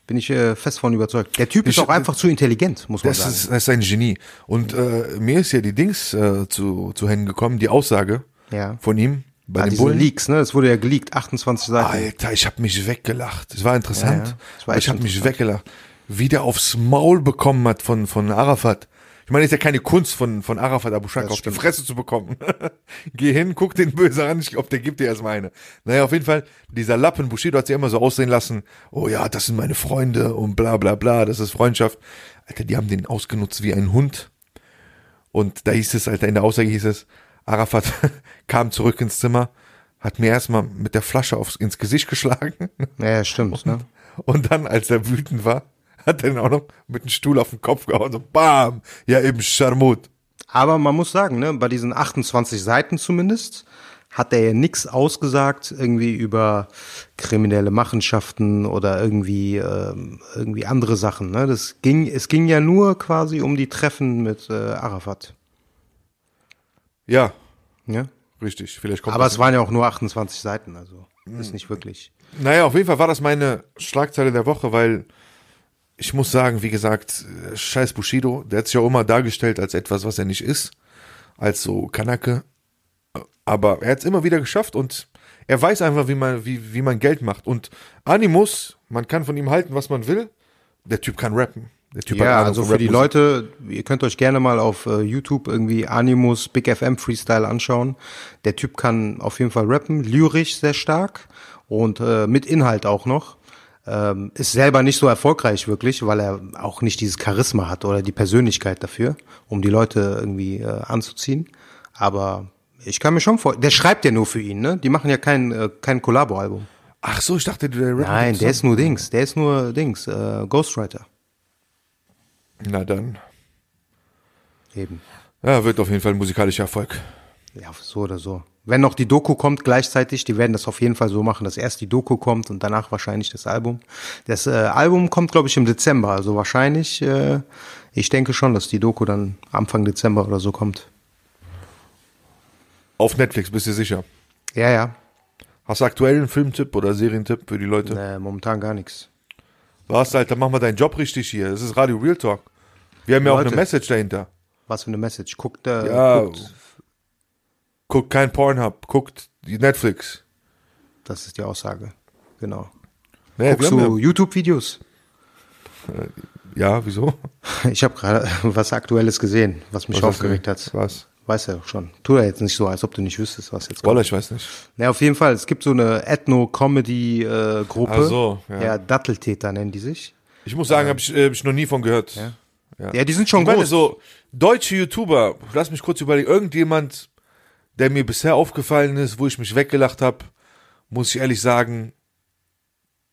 Speaker 1: Bin ich äh, fest von überzeugt. Der Typ ist auch einfach zu intelligent, muss man
Speaker 2: Das
Speaker 1: sagen.
Speaker 2: ist, das ist ein Genie. Und äh, mir ist ja die Dings äh, zu, zu Händen gekommen, die Aussage
Speaker 1: Ja.
Speaker 2: von ihm bei
Speaker 1: An
Speaker 2: den
Speaker 1: diesen
Speaker 2: Bullen. Ah,
Speaker 1: Leaks, ne? Das wurde ja geleakt, 28 Seiten.
Speaker 2: Alter, ich habe mich weggelacht. Es war interessant.
Speaker 1: Ja, ja. Es war
Speaker 2: ich
Speaker 1: echt
Speaker 2: habe mich weggelacht. Wie der aufs Maul bekommen hat von, von Arafat. Ich meine, ist ja keine Kunst von, von Arafat Abu Shaka
Speaker 1: Das
Speaker 2: auf die
Speaker 1: stimmt.
Speaker 2: Fresse zu bekommen. Geh hin, guck den böse an, ich glaube, der gibt dir erstmal eine. Naja, auf jeden Fall, dieser Lappen Bushido hat sie immer so aussehen lassen. Oh ja, das sind meine Freunde und bla bla bla, das ist Freundschaft. Alter, die haben den ausgenutzt wie ein Hund. Und da hieß es, Alter, in der Aussage hieß es, Arafat kam zurück ins Zimmer, hat mir erstmal mit der Flasche aufs, ins Gesicht geschlagen.
Speaker 1: Ja, stimmt, ne?
Speaker 2: Und dann, als er wütend war, hat er ihn auch noch mit dem Stuhl auf den Kopf gehauen. So, bam! Ja, eben Scharmut.
Speaker 1: Aber man muss sagen, ne, bei diesen 28 Seiten zumindest hat er ja nichts ausgesagt irgendwie über kriminelle Machenschaften oder irgendwie ähm, irgendwie andere Sachen. Ne? Das ging, es ging ja nur quasi um die Treffen mit äh, Arafat.
Speaker 2: Ja,
Speaker 1: Ja?
Speaker 2: richtig. Vielleicht kommt
Speaker 1: Aber
Speaker 2: das. Hm.
Speaker 1: es waren ja auch nur 28 Seiten, also ist nicht wirklich.
Speaker 2: Naja, auf jeden Fall war das meine Schlagzeile der Woche, weil ich muss sagen, wie gesagt, äh, scheiß Bushido, der hat sich ja immer dargestellt als etwas, was er nicht ist, als so Kanake. Aber er hat es immer wieder geschafft und er weiß einfach, wie man, wie, wie man Geld macht. Und Animus, man kann von ihm halten, was man will. Der Typ kann rappen. Der Typ
Speaker 1: Ja,
Speaker 2: Ahnung
Speaker 1: also
Speaker 2: von
Speaker 1: für die
Speaker 2: Rapmusik.
Speaker 1: Leute, ihr könnt euch gerne mal auf äh, YouTube irgendwie Animus Big FM Freestyle anschauen. Der Typ kann auf jeden Fall rappen, lyrisch sehr stark und äh, mit Inhalt auch noch. Ähm, ist selber nicht so erfolgreich wirklich, weil er auch nicht dieses Charisma hat oder die Persönlichkeit dafür, um die Leute irgendwie äh, anzuziehen. Aber ich kann mir schon vorstellen, der schreibt ja nur für ihn, ne? Die machen ja kein, äh, kein Kollabo-Album.
Speaker 2: Ach so, ich dachte, der rappt.
Speaker 1: Nein, der ist nur Dings, der ist nur Dings, äh, Ghostwriter.
Speaker 2: Na dann.
Speaker 1: Eben.
Speaker 2: Ja, wird auf jeden Fall ein musikalischer Erfolg.
Speaker 1: Ja, so oder so. Wenn noch die Doku kommt gleichzeitig, die werden das auf jeden Fall so machen, dass erst die Doku kommt und danach wahrscheinlich das Album. Das äh, Album kommt, glaube ich, im Dezember. Also wahrscheinlich, äh, ich denke schon, dass die Doku dann Anfang Dezember oder so kommt.
Speaker 2: Auf Netflix, bist du sicher?
Speaker 1: Ja, ja.
Speaker 2: Hast du aktuell einen Filmtipp oder Serientipp für die Leute?
Speaker 1: Äh, momentan gar nichts.
Speaker 2: Was, Alter, mach mal deinen Job richtig hier. Das ist Radio Real Talk. Wir haben ja auch
Speaker 1: Leute.
Speaker 2: eine Message dahinter.
Speaker 1: Was für eine Message. Guckt, äh,
Speaker 2: Ja.
Speaker 1: guckt.
Speaker 2: Guckt kein Pornhub, guckt die Netflix.
Speaker 1: Das ist die Aussage. Genau.
Speaker 2: Nee,
Speaker 1: Guckst
Speaker 2: wir haben
Speaker 1: du YouTube-Videos?
Speaker 2: ja, ja, wieso?
Speaker 1: Ich habe gerade was Aktuelles gesehen, was mich aufgeregt hat.
Speaker 2: Was?
Speaker 1: Weiß ja schon. Tu ja jetzt nicht so, als ob du nicht wüsstest, was jetzt kommt.
Speaker 2: Boah, ich weiß nicht.
Speaker 1: Ja, auf jeden Fall. Es gibt so eine Ethno-Comedy-Gruppe.
Speaker 2: Ach so,
Speaker 1: ja.
Speaker 2: ja.
Speaker 1: Datteltäter nennen die sich.
Speaker 2: Ich muss sagen, habe ich, äh, hab ich noch nie von gehört.
Speaker 1: Ja, die sind schon
Speaker 2: ich meine,
Speaker 1: groß.
Speaker 2: so deutsche YouTuber, lass mich kurz überlegen, irgendjemand, der mir bisher aufgefallen ist, wo ich mich weggelacht habe, muss ich ehrlich sagen,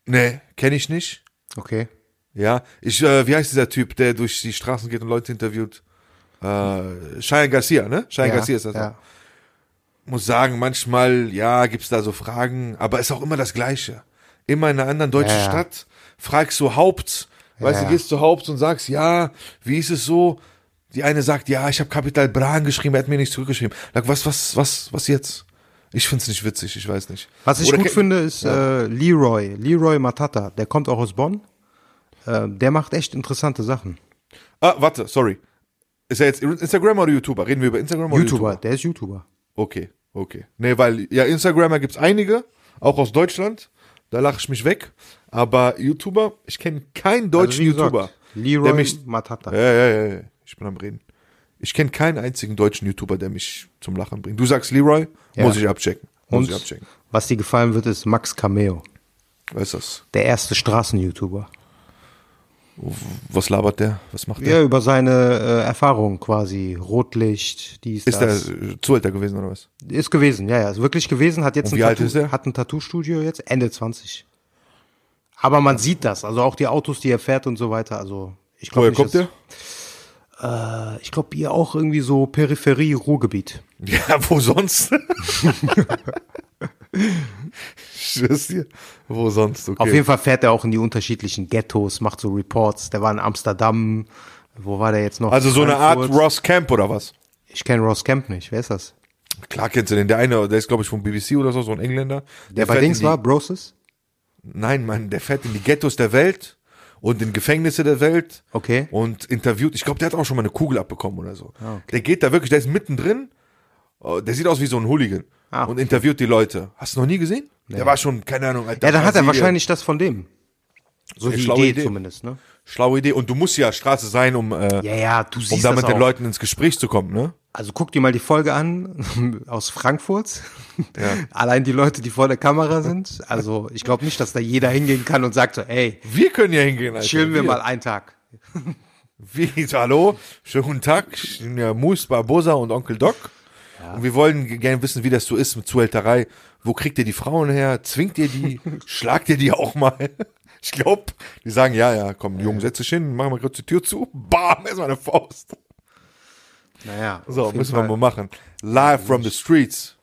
Speaker 2: nee, kenne ich nicht.
Speaker 1: Okay.
Speaker 2: Ja, ich, äh, wie heißt dieser Typ, der durch die Straßen geht und Leute interviewt? Äh, Cheyenne Garcia, ne? Cheyenne
Speaker 1: ja,
Speaker 2: Garcia ist das.
Speaker 1: ja.
Speaker 2: Muss sagen, manchmal, ja, gibt's da so Fragen, aber ist auch immer das Gleiche. Immer in einer anderen deutschen
Speaker 1: Ja, ja.
Speaker 2: Stadt fragst du Haupt, weißt
Speaker 1: Ja.
Speaker 2: du, gehst zu Haupt und sagst, ja, wie ist es so? Die eine sagt, ja, ich habe Kapital Bra geschrieben, er hat mir nicht zurückgeschrieben. Sag, was, was, was, was jetzt? Ich find's nicht witzig, ich weiß nicht.
Speaker 1: Was ich
Speaker 2: Oder
Speaker 1: gut
Speaker 2: ke-
Speaker 1: finde, ist äh, Leroy. Leroy Matata. Der kommt auch aus Bonn. Äh, der macht echt interessante Sachen.
Speaker 2: Ah, warte, sorry. Ist er jetzt Instagram oder Oh, YouTuber? Reden wir über Instagram oder
Speaker 1: YouTuber. Der ist YouTuber.
Speaker 2: Okay, okay. Nee, weil ja, Instagramer gibt's einige, auch aus Deutschland. Da lache ich mich weg. Aber YouTuber, ich kenne keinen
Speaker 1: Also,
Speaker 2: deutschen
Speaker 1: wie gesagt,
Speaker 2: YouTuber.
Speaker 1: Leroy
Speaker 2: der mich-
Speaker 1: Matata.
Speaker 2: Ja, ja, ja, ja, ich bin am Reden. Ich kenne keinen einzigen deutschen YouTuber, der mich zum Lachen bringt. Du sagst Leroy,
Speaker 1: Ja.
Speaker 2: muss ich abchecken. Muss
Speaker 1: Und
Speaker 2: ich abchecken.
Speaker 1: was dir gefallen wird, ist Max Cameo.
Speaker 2: Was ist das?
Speaker 1: Der erste Straßen-YouTuber.
Speaker 2: Was labert der? Was macht der?
Speaker 1: Ja, über seine äh, Erfahrung quasi. Rotlicht, dies,
Speaker 2: Ist der
Speaker 1: das.
Speaker 2: äh, zu älter gewesen oder was?
Speaker 1: Ist gewesen, ja, ja, ist wirklich gewesen, hat jetzt
Speaker 2: Und wie alt ist er?
Speaker 1: hat ein Tattoo-Studio jetzt, Ende 20. Aber man sieht das, also auch die Autos, die er fährt und so weiter, also ich
Speaker 2: Woher
Speaker 1: glaube
Speaker 2: kommt der?
Speaker 1: der? Äh, Ich glaube, ihr auch irgendwie so Peripherie, Ruhrgebiet.
Speaker 2: Ja, wo sonst? Ich schwör's dir. Wo sonst? Okay.
Speaker 1: Auf jeden Fall fährt er auch in die unterschiedlichen Ghettos, macht so Reports, der war in Amsterdam, wo war der jetzt noch?
Speaker 2: Also so eine Art
Speaker 1: Frankfurt.
Speaker 2: Ross Camp oder was?
Speaker 1: Ich kenne Ross Kemp nicht, wer ist das?
Speaker 2: Klar kennst du den. Der eine, der ist glaube ich vom BBC oder so, so ein Engländer.
Speaker 1: Der, bei
Speaker 2: fährt in
Speaker 1: Dings
Speaker 2: die,
Speaker 1: war, Broses?
Speaker 2: Nein, Mann, der fährt in die Ghettos der Welt und in Gefängnisse der Welt.
Speaker 1: Okay. Ah,
Speaker 2: Und interviewt. Ich glaube, der hat auch schon mal eine Kugel abbekommen oder so. Der geht da wirklich, der ist mittendrin. Oh, Der sieht aus wie so ein Hooligan.
Speaker 1: Ah,
Speaker 2: Und interviewt die Leute. Hast du noch nie gesehen? Der war schon, keine Ahnung, Alter.
Speaker 1: Ja, dann hat er
Speaker 2: Brasilien.
Speaker 1: wahrscheinlich das von dem. So
Speaker 2: äh, Eine
Speaker 1: die
Speaker 2: schlaue
Speaker 1: Idee,
Speaker 2: Idee.
Speaker 1: zumindest, ne?
Speaker 2: Schlaue Idee. Und du musst ja Straße sein, um, äh,
Speaker 1: Ja, ja, du siehst
Speaker 2: um da
Speaker 1: das
Speaker 2: mit
Speaker 1: auch.
Speaker 2: den Leuten ins Gespräch zu kommen, ne?
Speaker 1: Also guck dir mal die Folge an aus Frankfurt. Allein die Leute, die vor der Kamera sind. Also ich glaube nicht, dass da jeder hingehen kann und sagt so, ey,
Speaker 2: Wir können ja hingehen, Alter.
Speaker 1: chillen wir
Speaker 2: mal
Speaker 1: mal einen Tag.
Speaker 2: Wie, hallo, schönen guten Tag, ich bin ja Moose Barbosa und Onkel Doc. Und wir wollen g- gerne wissen, wie das so ist mit Zuhälterei. Wo kriegt ihr die Frauen her? Zwingt ihr die? Schlagt ihr die auch mal? Ich glaube, die sagen, ja, ja, komm, Jungen, setz dich hin, mach mal kurz die Tür zu. Bam, erstmal eine Faust.
Speaker 1: Naja. auf
Speaker 2: So,
Speaker 1: jeden
Speaker 2: müssen
Speaker 1: Fall.
Speaker 2: wir mal machen. Live from the streets.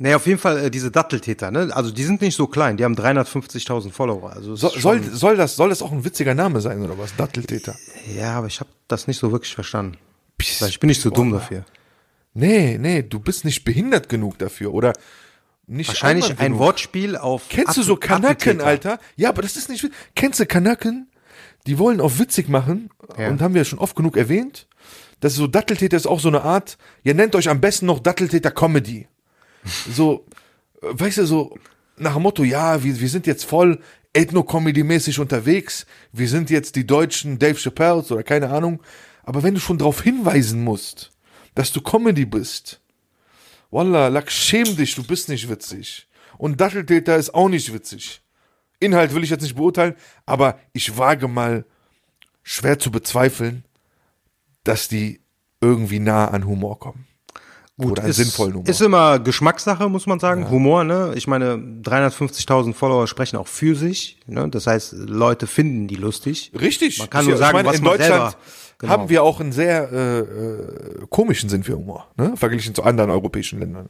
Speaker 1: Nee, auf jeden Fall äh, diese Datteltäter, ne? Also die sind nicht so klein, die haben 350.000 Follower. Also es
Speaker 2: So,
Speaker 1: ist schon-
Speaker 2: soll, soll, das, soll das auch ein witziger Name sein oder was? Datteltäter.
Speaker 1: Ja, aber ich habe das nicht so wirklich verstanden. Vielleicht bin ich zu dumm dafür.
Speaker 2: Nee, nee, du bist nicht behindert genug dafür oder nicht
Speaker 1: Wahrscheinlich
Speaker 2: einmal
Speaker 1: ein
Speaker 2: genug.
Speaker 1: Wortspiel auf.
Speaker 2: Kennst du
Speaker 1: Atten-
Speaker 2: so Kanaken,
Speaker 1: Attentäter.
Speaker 2: Alter? Ja, aber das ist nicht wit- Kennst du Kanaken? Die wollen auch witzig machen
Speaker 1: Ja.
Speaker 2: und haben wir schon oft genug erwähnt. Das ist so Datteltäter ist auch so eine Art, ihr nennt euch am besten noch Datteltäter Comedy. So, äh, weißt du, so nach dem Motto, ja, wir, wir sind jetzt voll Ethno-Comedy-mäßig unterwegs, wir sind jetzt die deutschen Dave Chappelles oder keine Ahnung, aber wenn du schon darauf hinweisen musst, dass du Comedy bist, Wallah, Lack, schäm dich, du bist nicht witzig. Und Datteltäter ist auch nicht witzig. Inhalt will ich jetzt nicht beurteilen, aber ich wage mal schwer zu bezweifeln, dass die irgendwie nah an Humor kommen.
Speaker 1: Gut,
Speaker 2: Oder einen
Speaker 1: ist,
Speaker 2: sinnvollen Humor.
Speaker 1: Ist immer Geschmackssache, muss man sagen. Humor, ne? Ich meine, 350.000 Follower sprechen auch für sich. Ne? Das heißt, Leute finden die lustig.
Speaker 2: Richtig.
Speaker 1: Man kann nur sagen, was
Speaker 2: in
Speaker 1: man
Speaker 2: Deutschland
Speaker 1: selber- genau.
Speaker 2: haben wir auch einen sehr äh, äh, komischen Sinn für Humor, ne? verglichen zu anderen europäischen Ländern.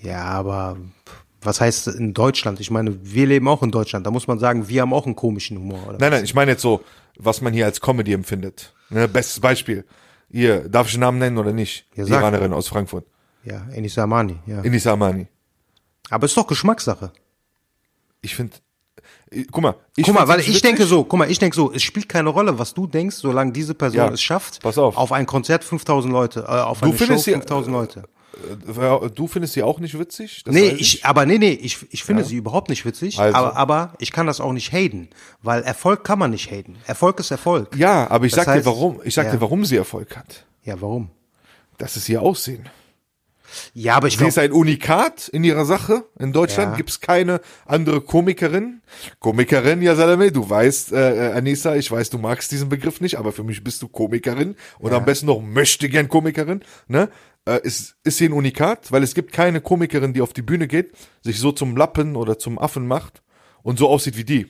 Speaker 1: Ja, aber pff, was heißt in Deutschland? Ich meine, wir leben auch in Deutschland. Da muss man sagen, wir haben auch einen komischen Humor. Oder?
Speaker 2: Nein, nein, ich meine jetzt so, was man hier als Comedy empfindet. Ne? Bestes Beispiel. Ihr, darf ich den Namen nennen oder nicht?
Speaker 1: Ja,
Speaker 2: Die
Speaker 1: sag.
Speaker 2: Iranerin aus Frankfurt.
Speaker 1: Ja, Enis Amani. Ja.
Speaker 2: Inis Amani.
Speaker 1: Aber ist doch Geschmackssache.
Speaker 2: Ich finde. Guck mal, ich,
Speaker 1: Guck mal,
Speaker 2: find's
Speaker 1: weil
Speaker 2: nicht
Speaker 1: ich
Speaker 2: witzig.
Speaker 1: denke so, guck mal, ich denke so, es spielt keine Rolle, was du denkst, solange diese Person
Speaker 2: Ja,
Speaker 1: es schafft,
Speaker 2: pass auf.
Speaker 1: auf ein Konzert 5000 Leute, äh, auf eine Show
Speaker 2: findest sie-
Speaker 1: 5000 Leute.
Speaker 2: Äh, Du findest sie auch nicht witzig? Das
Speaker 1: Nee,
Speaker 2: weiß
Speaker 1: ich, aber nee, nee, ich, ich finde sie überhaupt nicht witzig,
Speaker 2: Also.
Speaker 1: aber, aber ich kann das auch nicht haten, weil Erfolg kann man nicht haten. Erfolg ist Erfolg.
Speaker 2: Ja, aber ich
Speaker 1: Das
Speaker 2: sag dir
Speaker 1: heißt-
Speaker 2: warum. Ich sag
Speaker 1: ja.
Speaker 2: dir, warum sie Erfolg hat.
Speaker 1: Ja, warum?
Speaker 2: Das ist ihr Aussehen.
Speaker 1: Ja, aber ich
Speaker 2: Sie
Speaker 1: glaub,
Speaker 2: ist ein Unikat in ihrer Sache. In Deutschland
Speaker 1: Ja.
Speaker 2: gibt's keine andere Komikerin. Komikerin, ja Salome, du weißt, äh, äh, Anissa, ich weiß, du magst diesen Begriff nicht, aber für mich bist du Komikerin und am besten noch möchte gern Komikerin. Ne? Äh, ist, ist sie ein Unikat, weil es gibt keine Komikerin, die auf die Bühne geht, sich so zum Lappen oder zum Affen macht und so aussieht wie die.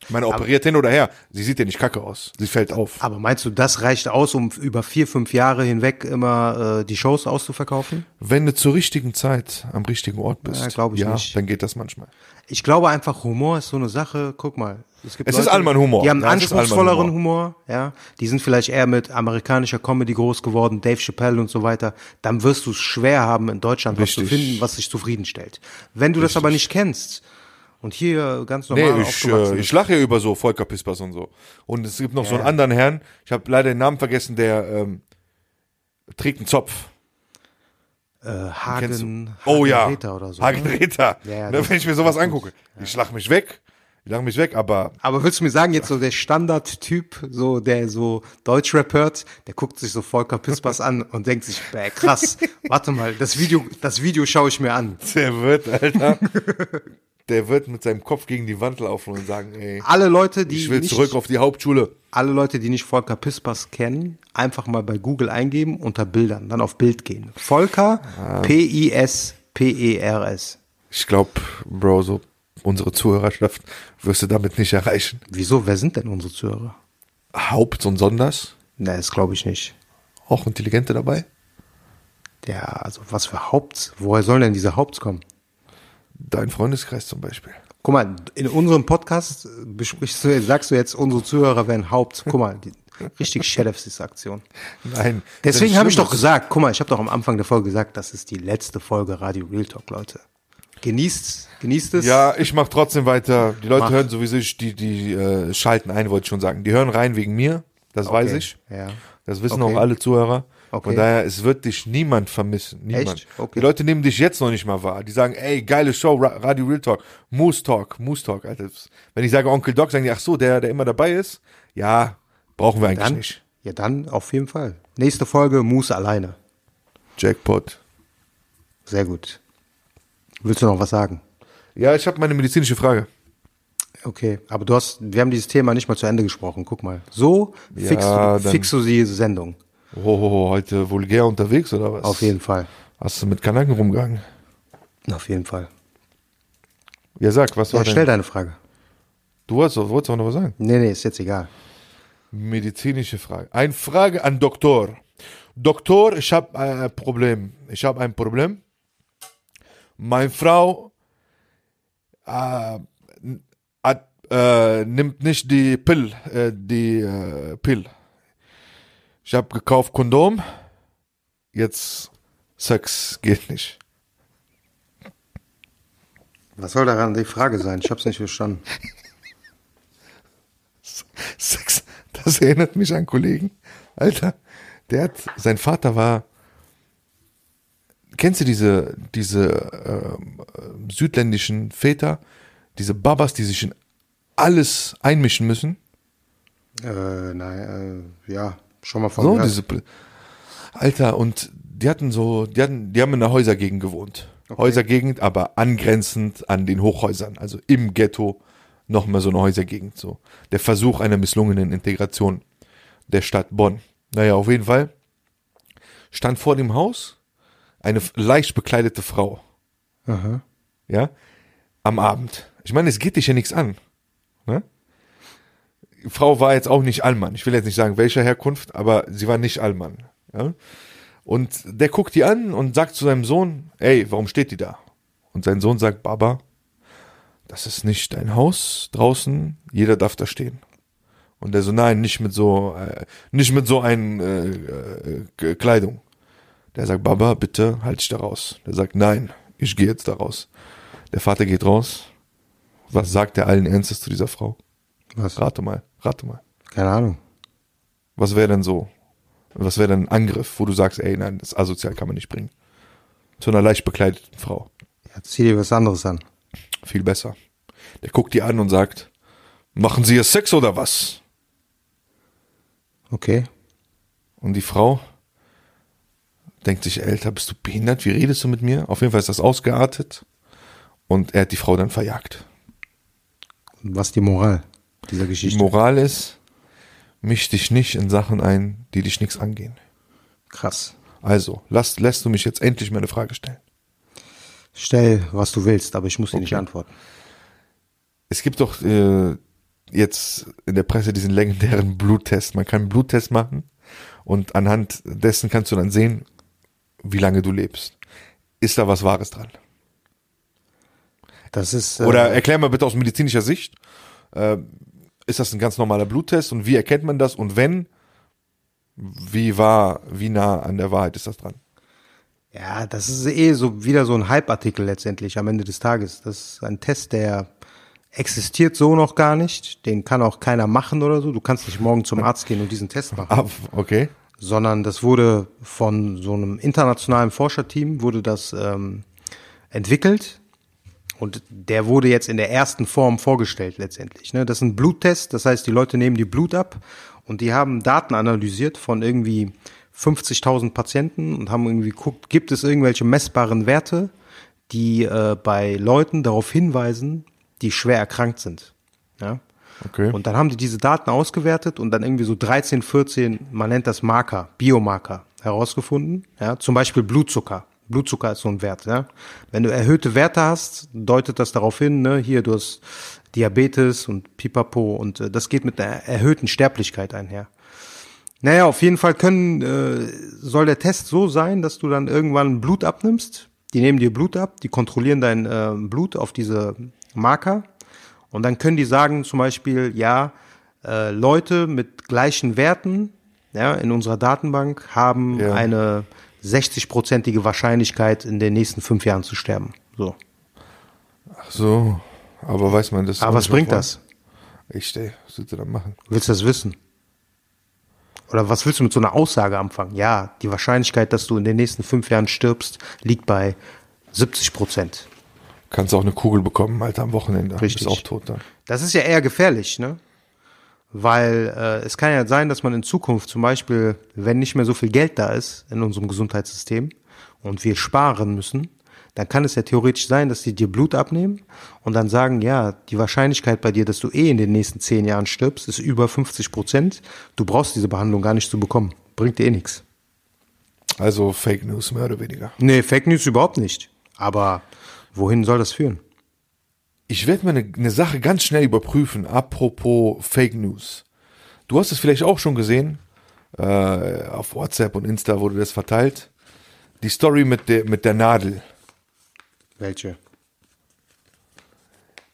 Speaker 2: Ich meine, operiert hin oder her, sie sieht ja nicht kacke aus. Sie fällt auf.
Speaker 1: aber meinst du, das reicht aus, um über vier, fünf Jahre hinweg immer äh, die Shows auszuverkaufen?
Speaker 2: Wenn du zur richtigen Zeit am richtigen Ort bist,
Speaker 1: Ja, glaub ich
Speaker 2: ja,
Speaker 1: nicht.
Speaker 2: dann geht das manchmal.
Speaker 1: Ich glaube einfach, Humor ist so eine Sache. Guck mal, es gibt
Speaker 2: Es ist allgemein Humor.
Speaker 1: Die haben einen
Speaker 2: Ja, es ist allgemein
Speaker 1: anspruchsvolleren Humor. ja. Die sind vielleicht eher mit amerikanischer Comedy groß geworden, Dave Chappelle und so weiter. Dann wirst du es schwer haben, in Deutschland was zu
Speaker 2: Richtig.
Speaker 1: finden, was dich zufriedenstellt. Wenn du das aber nicht kennst und hier ganz normal
Speaker 2: Nee, ich,
Speaker 1: aufgewachsen
Speaker 2: äh,
Speaker 1: bist.
Speaker 2: ich lache ja über so Volker Pispers und so. Und es gibt noch so einen anderen Herrn, ich habe leider den Namen vergessen, der ähm, trägt einen Zopf.
Speaker 1: äh, Hagen,
Speaker 2: Kennst du?
Speaker 1: Hagen
Speaker 2: oh ja.
Speaker 1: Räther oder so.
Speaker 2: Hagen
Speaker 1: ne?
Speaker 2: Räther.
Speaker 1: Ja, ja,
Speaker 2: ne,
Speaker 1: das-
Speaker 2: wenn ich mir sowas
Speaker 1: das ist
Speaker 2: angucke. Ich lache mich weg. Ich lache mich weg, aber
Speaker 1: Aber willst du mir sagen, jetzt so der Standard-Typ, so der so Deutsch rappert, der guckt sich so Volker Pispers an und denkt sich, bäh, krass, warte mal, das Video, das Video schaue ich mir an.
Speaker 2: der wird, Alter, der wird mit seinem Kopf gegen die Wand laufen und sagen, ey,
Speaker 1: Alle Leute, die
Speaker 2: ich will
Speaker 1: nicht,
Speaker 2: zurück auf die Hauptschule.
Speaker 1: alle Leute, die nicht Volker Pispers kennen, einfach mal bei Google eingeben unter Bildern, dann auf Bild gehen. Volker
Speaker 2: Ah.
Speaker 1: P I S P E R S.
Speaker 2: Ich glaube, Bro, so unsere Zuhörerschaft wirst du damit nicht erreichen.
Speaker 1: Wieso? Wer sind denn unsere Zuhörer?
Speaker 2: Haupt und Sonders,
Speaker 1: Ne, das glaube ich nicht.
Speaker 2: auch Intelligente dabei.
Speaker 1: Ja, also was für Haupts? Woher sollen denn diese Haupts kommen?
Speaker 2: Dein Freundeskreis zum Beispiel.
Speaker 1: Guck mal, in unserem Podcast äh, besprichst du, sagst du jetzt, unsere Zuhörer wären Haupt. Guck mal, die, richtig Chefs-Aktion.
Speaker 2: Nein.
Speaker 1: Deswegen habe ich doch
Speaker 2: gesagt.
Speaker 1: gesagt, guck mal, ich habe doch am Anfang der Folge gesagt, das ist die letzte Folge Radio Real Talk, Leute. Genießt, genießt es.
Speaker 2: Ja, ich mache trotzdem weiter. Die Leute
Speaker 1: Mach.
Speaker 2: hören sowieso, ich- die, die äh, schalten ein, wollte ich schon sagen. Die hören rein wegen mir, das weiß ich.
Speaker 1: Ja.
Speaker 2: Das wissen
Speaker 1: Okay.
Speaker 2: auch alle Zuhörer.
Speaker 1: Okay.
Speaker 2: Von daher, es wird dich niemand vermissen. Niemand.
Speaker 1: Echt? Okay.
Speaker 2: Die Leute nehmen dich jetzt noch nicht mal wahr. Die sagen, ey, geile Show, Ra Radio Real Talk, Moose Talk, Moose Talk. Alter. Das- Wenn ich sage Onkel Doc, sagen die, ach so, der, der immer dabei ist. Ja, brauchen wir eigentlich
Speaker 1: Dann,
Speaker 2: nicht.
Speaker 1: ja, dann auf jeden Fall. Nächste Folge, Moose alleine.
Speaker 2: Jackpot.
Speaker 1: Sehr gut. Willst du noch was sagen?
Speaker 2: Ja, ich habe meine medizinische Frage.
Speaker 1: Okay, aber du hast, wir haben dieses Thema nicht mal zu Ende gesprochen. Guck mal, so fixst,
Speaker 2: Ja,
Speaker 1: du,
Speaker 2: dann-
Speaker 1: fixst du die Sendung.
Speaker 2: Oh, heute vulgär unterwegs oder was?
Speaker 1: Auf jeden Fall.
Speaker 2: Hast du mit Kanaken rumgegangen?
Speaker 1: Auf jeden Fall.
Speaker 2: Ja, sag, was war
Speaker 1: Ja, stell
Speaker 2: denn?
Speaker 1: deine Frage.
Speaker 2: Du wolltest, wolltest auch noch was sagen.
Speaker 1: Nee, nee, ist jetzt egal.
Speaker 2: Medizinische Frage. Eine Frage an Doktor. Doktor, ich habe ein Problem. Ich habe ein Problem. Meine Frau äh, hat, äh, nimmt nicht die Pill, äh, die äh, Pill. Ich habe gekauft Kondom. Jetzt Sex geht nicht.
Speaker 1: Was soll daran die Frage sein? Ich hab's nicht verstanden.
Speaker 2: Sex, das erinnert mich an einen Kollegen. Alter, der hat, sein Vater war, kennst du diese, diese ähm, äh, südländischen Väter, diese Babas, die sich in alles einmischen müssen?
Speaker 1: Äh, nein, äh, ja, schon mal von
Speaker 2: So,
Speaker 1: gehört.
Speaker 2: diese, Pl- Alter, und die hatten so, die, hatten, die haben in einer Häusergegend gewohnt. Häusergegend, aber angrenzend an den Hochhäusern, also im Ghetto nochmal so eine Häusergegend. So. Der Versuch einer misslungenen Integration der Stadt Bonn. Naja, auf jeden Fall stand vor dem Haus eine f- leicht bekleidete Frau.
Speaker 1: Aha.
Speaker 2: Ja, am Abend. Ich meine, es geht dich ja nichts an. Ne? Die Frau war jetzt auch nicht Allmann. Ich will jetzt nicht sagen, welcher Herkunft, aber sie war nicht Allmann. Ja? Und der guckt die an und sagt zu seinem Sohn, ey, warum steht die da? Und sein Sohn sagt, Baba, das ist nicht dein Haus draußen, jeder darf da stehen. Und der so, nein, nicht mit so, äh, nicht mit so ein äh, äh, K- Kleidung. Der sagt, Baba, bitte halt dich da raus. Der sagt, nein, ich gehe jetzt da raus. Der Vater geht raus. Was sagt er allen Ernstes zu dieser Frau?
Speaker 1: Was?
Speaker 2: Rate mal, rate mal.
Speaker 1: Keine Ahnung.
Speaker 2: Was wäre denn so? Was wäre denn ein Angriff, wo du sagst, ey, nein, das asozial kann man nicht bringen? Zu einer leicht bekleideten Frau.
Speaker 1: Ja, zieh dir was anderes an.
Speaker 2: Viel besser. Der guckt die an und sagt, machen Sie hier Sex oder was?
Speaker 1: Okay.
Speaker 2: Und die Frau denkt sich, Alter, bist du behindert? Wie redest du mit mir? Auf jeden Fall ist das ausgeartet. Und er hat die Frau dann verjagt.
Speaker 1: Und was ist die Moral dieser
Speaker 2: Die
Speaker 1: Geschichte?
Speaker 2: Moral ist, misch dich nicht in Sachen ein, die dich nichts angehen.
Speaker 1: Krass.
Speaker 2: Also, lass, lässt du mich jetzt endlich meine Frage stellen.
Speaker 1: Stell, was du willst, aber ich muss dir nicht antworten.
Speaker 2: Es gibt doch äh, jetzt in der Presse diesen legendären Bluttest. Man kann einen Bluttest machen und anhand dessen kannst du dann sehen, wie lange du lebst. Ist da was Wahres dran?
Speaker 1: Das ist.
Speaker 2: Oder
Speaker 1: äh,
Speaker 2: erklär mal bitte aus medizinischer Sicht, äh, ist das ein ganz normaler Bluttest und wie erkennt man das und wenn, wie war, wie nah an der Wahrheit ist das dran?
Speaker 1: ja, das ist eh so wieder so ein Hype-Artikel letztendlich am Ende des Tages. Das ist ein Test, der existiert so noch gar nicht. Den kann auch keiner machen oder so. Du kannst nicht morgen zum Arzt gehen und diesen Test machen.
Speaker 2: Ah, okay.
Speaker 1: sondern das wurde von so einem internationalen Forscherteam wurde das ähm, entwickelt und der wurde jetzt in der ersten Form vorgestellt letztendlich. Ne? Das ist ein Bluttest, das heißt, die Leute nehmen die Blut ab und die haben Daten analysiert von irgendwie 50.000 Patienten und haben irgendwie geguckt, gibt es irgendwelche messbaren Werte, die äh, bei Leuten darauf hinweisen, die schwer erkrankt sind. Ja?
Speaker 2: Okay.
Speaker 1: Und dann haben die diese Daten ausgewertet und dann irgendwie so 13, 14, man nennt das Marker, Biomarker, herausgefunden. Ja, zum Beispiel Blutzucker. Blutzucker ist so ein Wert. Ja. Wenn du erhöhte Werte hast, deutet das darauf hin, ne, hier du hast Diabetes und Pipapo und äh, das geht mit einer erhöhten Sterblichkeit einher. Naja, auf jeden Fall können, äh, soll der Test so sein, dass du dann irgendwann Blut abnimmst. Die nehmen dir Blut ab, die kontrollieren dein äh, Blut auf diese Marker. Und dann können die sagen zum Beispiel, ja, äh, Leute mit gleichen Werten ja, in unserer Datenbank haben
Speaker 2: Ja.
Speaker 1: eine 60-prozentige Wahrscheinlichkeit, in den nächsten fünf Jahren zu sterben. So.
Speaker 2: Ach so, aber weiß man das?
Speaker 1: Aber was bringt
Speaker 2: davon?
Speaker 1: das?
Speaker 2: Ich stehe, was willst du dann machen?
Speaker 1: Willst du das wissen? Oder was willst du mit so einer Aussage anfangen? Ja, die Wahrscheinlichkeit, dass du in den nächsten fünf Jahren stirbst, liegt bei 70 Prozent.
Speaker 2: Kannst auch eine Kugel bekommen, Alter, am Wochenende.
Speaker 1: Richtig.
Speaker 2: Bist auch tot dann.
Speaker 1: Das ist ja eher gefährlich, ne? Weil äh, es kann ja sein, dass man in Zukunft zum Beispiel, wenn nicht mehr so viel Geld da ist in unserem Gesundheitssystem und wir sparen müssen, dann kann es ja theoretisch sein, dass die dir Blut abnehmen und dann sagen, ja, die Wahrscheinlichkeit bei dir, dass du eh in den nächsten zehn Jahren stirbst, ist über 50 Prozent. Du brauchst diese Behandlung gar nicht zu bekommen. Bringt dir eh nichts.
Speaker 2: Also Fake News, mehr oder weniger.
Speaker 1: Nee, Fake News überhaupt nicht. Aber wohin soll das führen?
Speaker 2: Ich werde mir eine, eine Sache ganz schnell überprüfen, apropos Fake News. Du hast es vielleicht auch schon gesehen, äh, auf WhatsApp und Insta wurde das verteilt. Die Story mit der, mit der Nadel.
Speaker 1: Welche?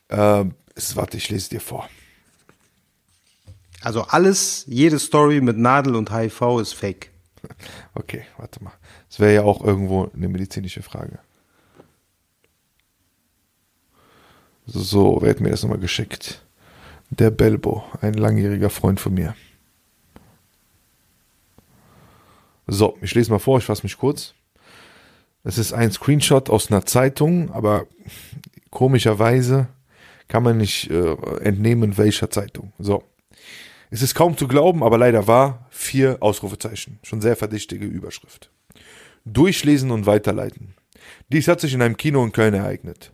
Speaker 2: Ähm, es, warte, ich lese dir vor.
Speaker 1: Also alles, jede Story mit Nadel und HIV ist Fake.
Speaker 2: Okay, warte mal. Das wäre ja auch irgendwo eine medizinische Frage. So, wer hat mir das nochmal geschickt? Der Belbo, ein langjähriger Freund von mir. So, ich lese mal vor, ich fasse mich kurz. Es ist ein Screenshot aus einer Zeitung, aber komischerweise kann man nicht äh, entnehmen, welcher Zeitung. So. Es ist kaum zu glauben, aber leider wahr. Vier Ausrufezeichen. Schon sehr verdächtige Überschrift. Durchlesen und weiterleiten. Dies hat sich in einem Kino in Köln ereignet.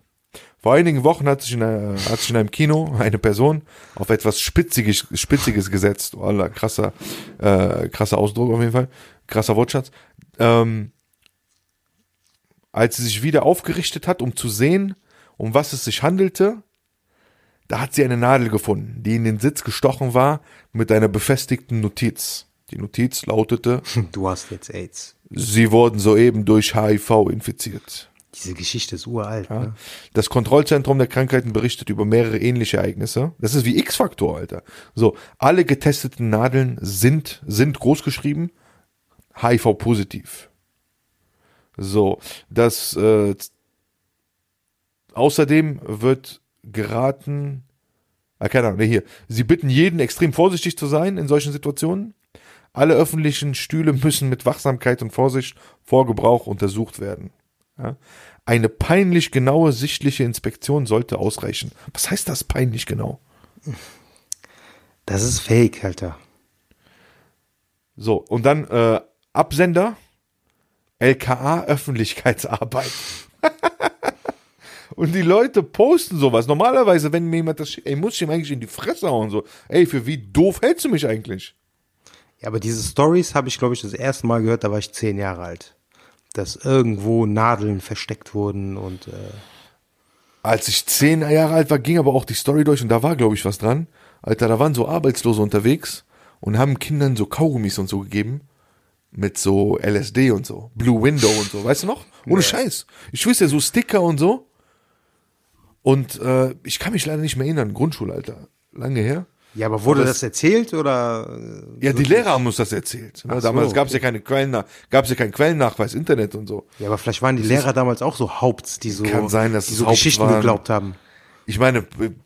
Speaker 2: Vor einigen Wochen hat sich in, einer, hat sich in einem Kino eine Person auf etwas Spitziges, Spitziges gesetzt. Oh, Allah, krasser, äh, krasser Ausdruck auf jeden Fall. Krasser Wortschatz. Ähm, als sie sich wieder aufgerichtet hat, um zu sehen, um was es sich handelte, da hat sie eine Nadel gefunden, die in den Sitz gestochen war mit einer befestigten Notiz. Die Notiz lautete,
Speaker 1: Du hast jetzt AIDS.
Speaker 2: sie wurden soeben durch HIV infiziert.
Speaker 1: Diese Geschichte ist uralt.
Speaker 2: Ja.
Speaker 1: Ne?
Speaker 2: Das Kontrollzentrum der Krankheiten berichtet über mehrere ähnliche Ereignisse. Das ist wie X-Faktor, Alter. So, alle getesteten Nadeln sind, sind großgeschrieben, HIV-positiv. So, das, äh, z- außerdem wird geraten, ah, keine Ahnung, nee, hier. Sie bitten jeden extrem vorsichtig zu sein in solchen Situationen. Alle öffentlichen Stühle müssen mit Wachsamkeit und Vorsicht vor Gebrauch untersucht werden. Ja? Eine peinlich genaue sichtliche Inspektion sollte ausreichen. Was heißt das peinlich genau?
Speaker 1: Das ist Fake, Alter.
Speaker 2: So, und dann äh, Absender, LKA Öffentlichkeitsarbeit. und die Leute posten sowas. Normalerweise, wenn mir jemand das schickt, ey, muss ich ihm eigentlich in die Fresse hauen. So, ey, für wie doof hältst du mich eigentlich?
Speaker 1: Ja, aber diese Stories habe ich, glaube ich, das erste Mal gehört, da war ich zehn Jahre alt. Dass irgendwo Nadeln versteckt wurden und äh,
Speaker 2: Als ich zehn Jahre alt war, ging aber auch die Story durch und da war, glaube ich, was dran. Alter, da waren so Arbeitslose unterwegs und haben Kindern so Kaugummis und so gegeben. Mit so LSD und so. Blue Window und so, weißt du noch? Ohne Scheiß. Ich wüsste ja, so Sticker und so. Und äh, ich kann mich leider nicht mehr erinnern. Grundschulalter. Lange her.
Speaker 1: Ja, aber wurde
Speaker 2: Aber
Speaker 1: das erzählt oder? äh,
Speaker 2: Ja, die
Speaker 1: wirklich?
Speaker 2: Lehrer haben uns das erzählt. Ne?
Speaker 1: Ach so,
Speaker 2: Damals gab es ja keine Quellen, gab es ja keinen Quellennachweis, Internet und so.
Speaker 1: Ja, aber vielleicht waren die Lehrer damals auch so Haupts, die so,
Speaker 2: Kann sein, dass
Speaker 1: die
Speaker 2: es
Speaker 1: so
Speaker 2: Haupts
Speaker 1: Geschichten
Speaker 2: waren.
Speaker 1: geglaubt haben.
Speaker 2: Ich meine,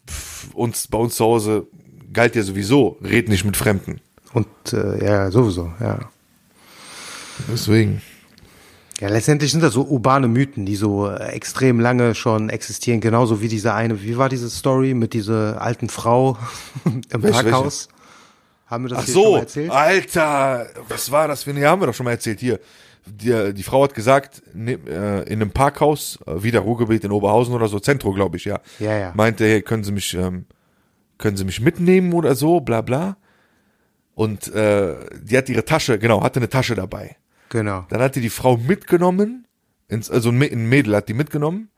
Speaker 2: pf, uns bei uns zu Hause galt ja sowieso, red nicht mit Fremden.
Speaker 1: Und äh, ja, sowieso, ja.
Speaker 2: Deswegen.
Speaker 1: Ja, letztendlich sind das so urbane Mythen, die so äh, extrem lange schon existieren, genauso wie diese eine, wie war diese Story mit dieser alten Frau im
Speaker 2: Welche,
Speaker 1: Parkhaus? Haben wir das
Speaker 2: Ach
Speaker 1: hier schon mal
Speaker 2: so, Ah.
Speaker 1: erzählt?
Speaker 2: Alter, was war das für eine? Ja, haben wir doch schon mal erzählt. Hier, die, die Frau hat gesagt, ne, äh, in einem Parkhaus, äh, wieder Ruhrgebiet in Oberhausen oder so, Zentro, glaube ich, ja.
Speaker 1: Ja, ja.
Speaker 2: Meinte, hey, können Sie mich, ähm, können Sie mich mitnehmen oder so, bla bla. Und äh, die hat ihre Tasche, genau, hatte eine Tasche dabei.
Speaker 1: Genau.
Speaker 2: Dann hat die die Frau mitgenommen, ins, also ein Mä- ein Mädel hat die mitgenommen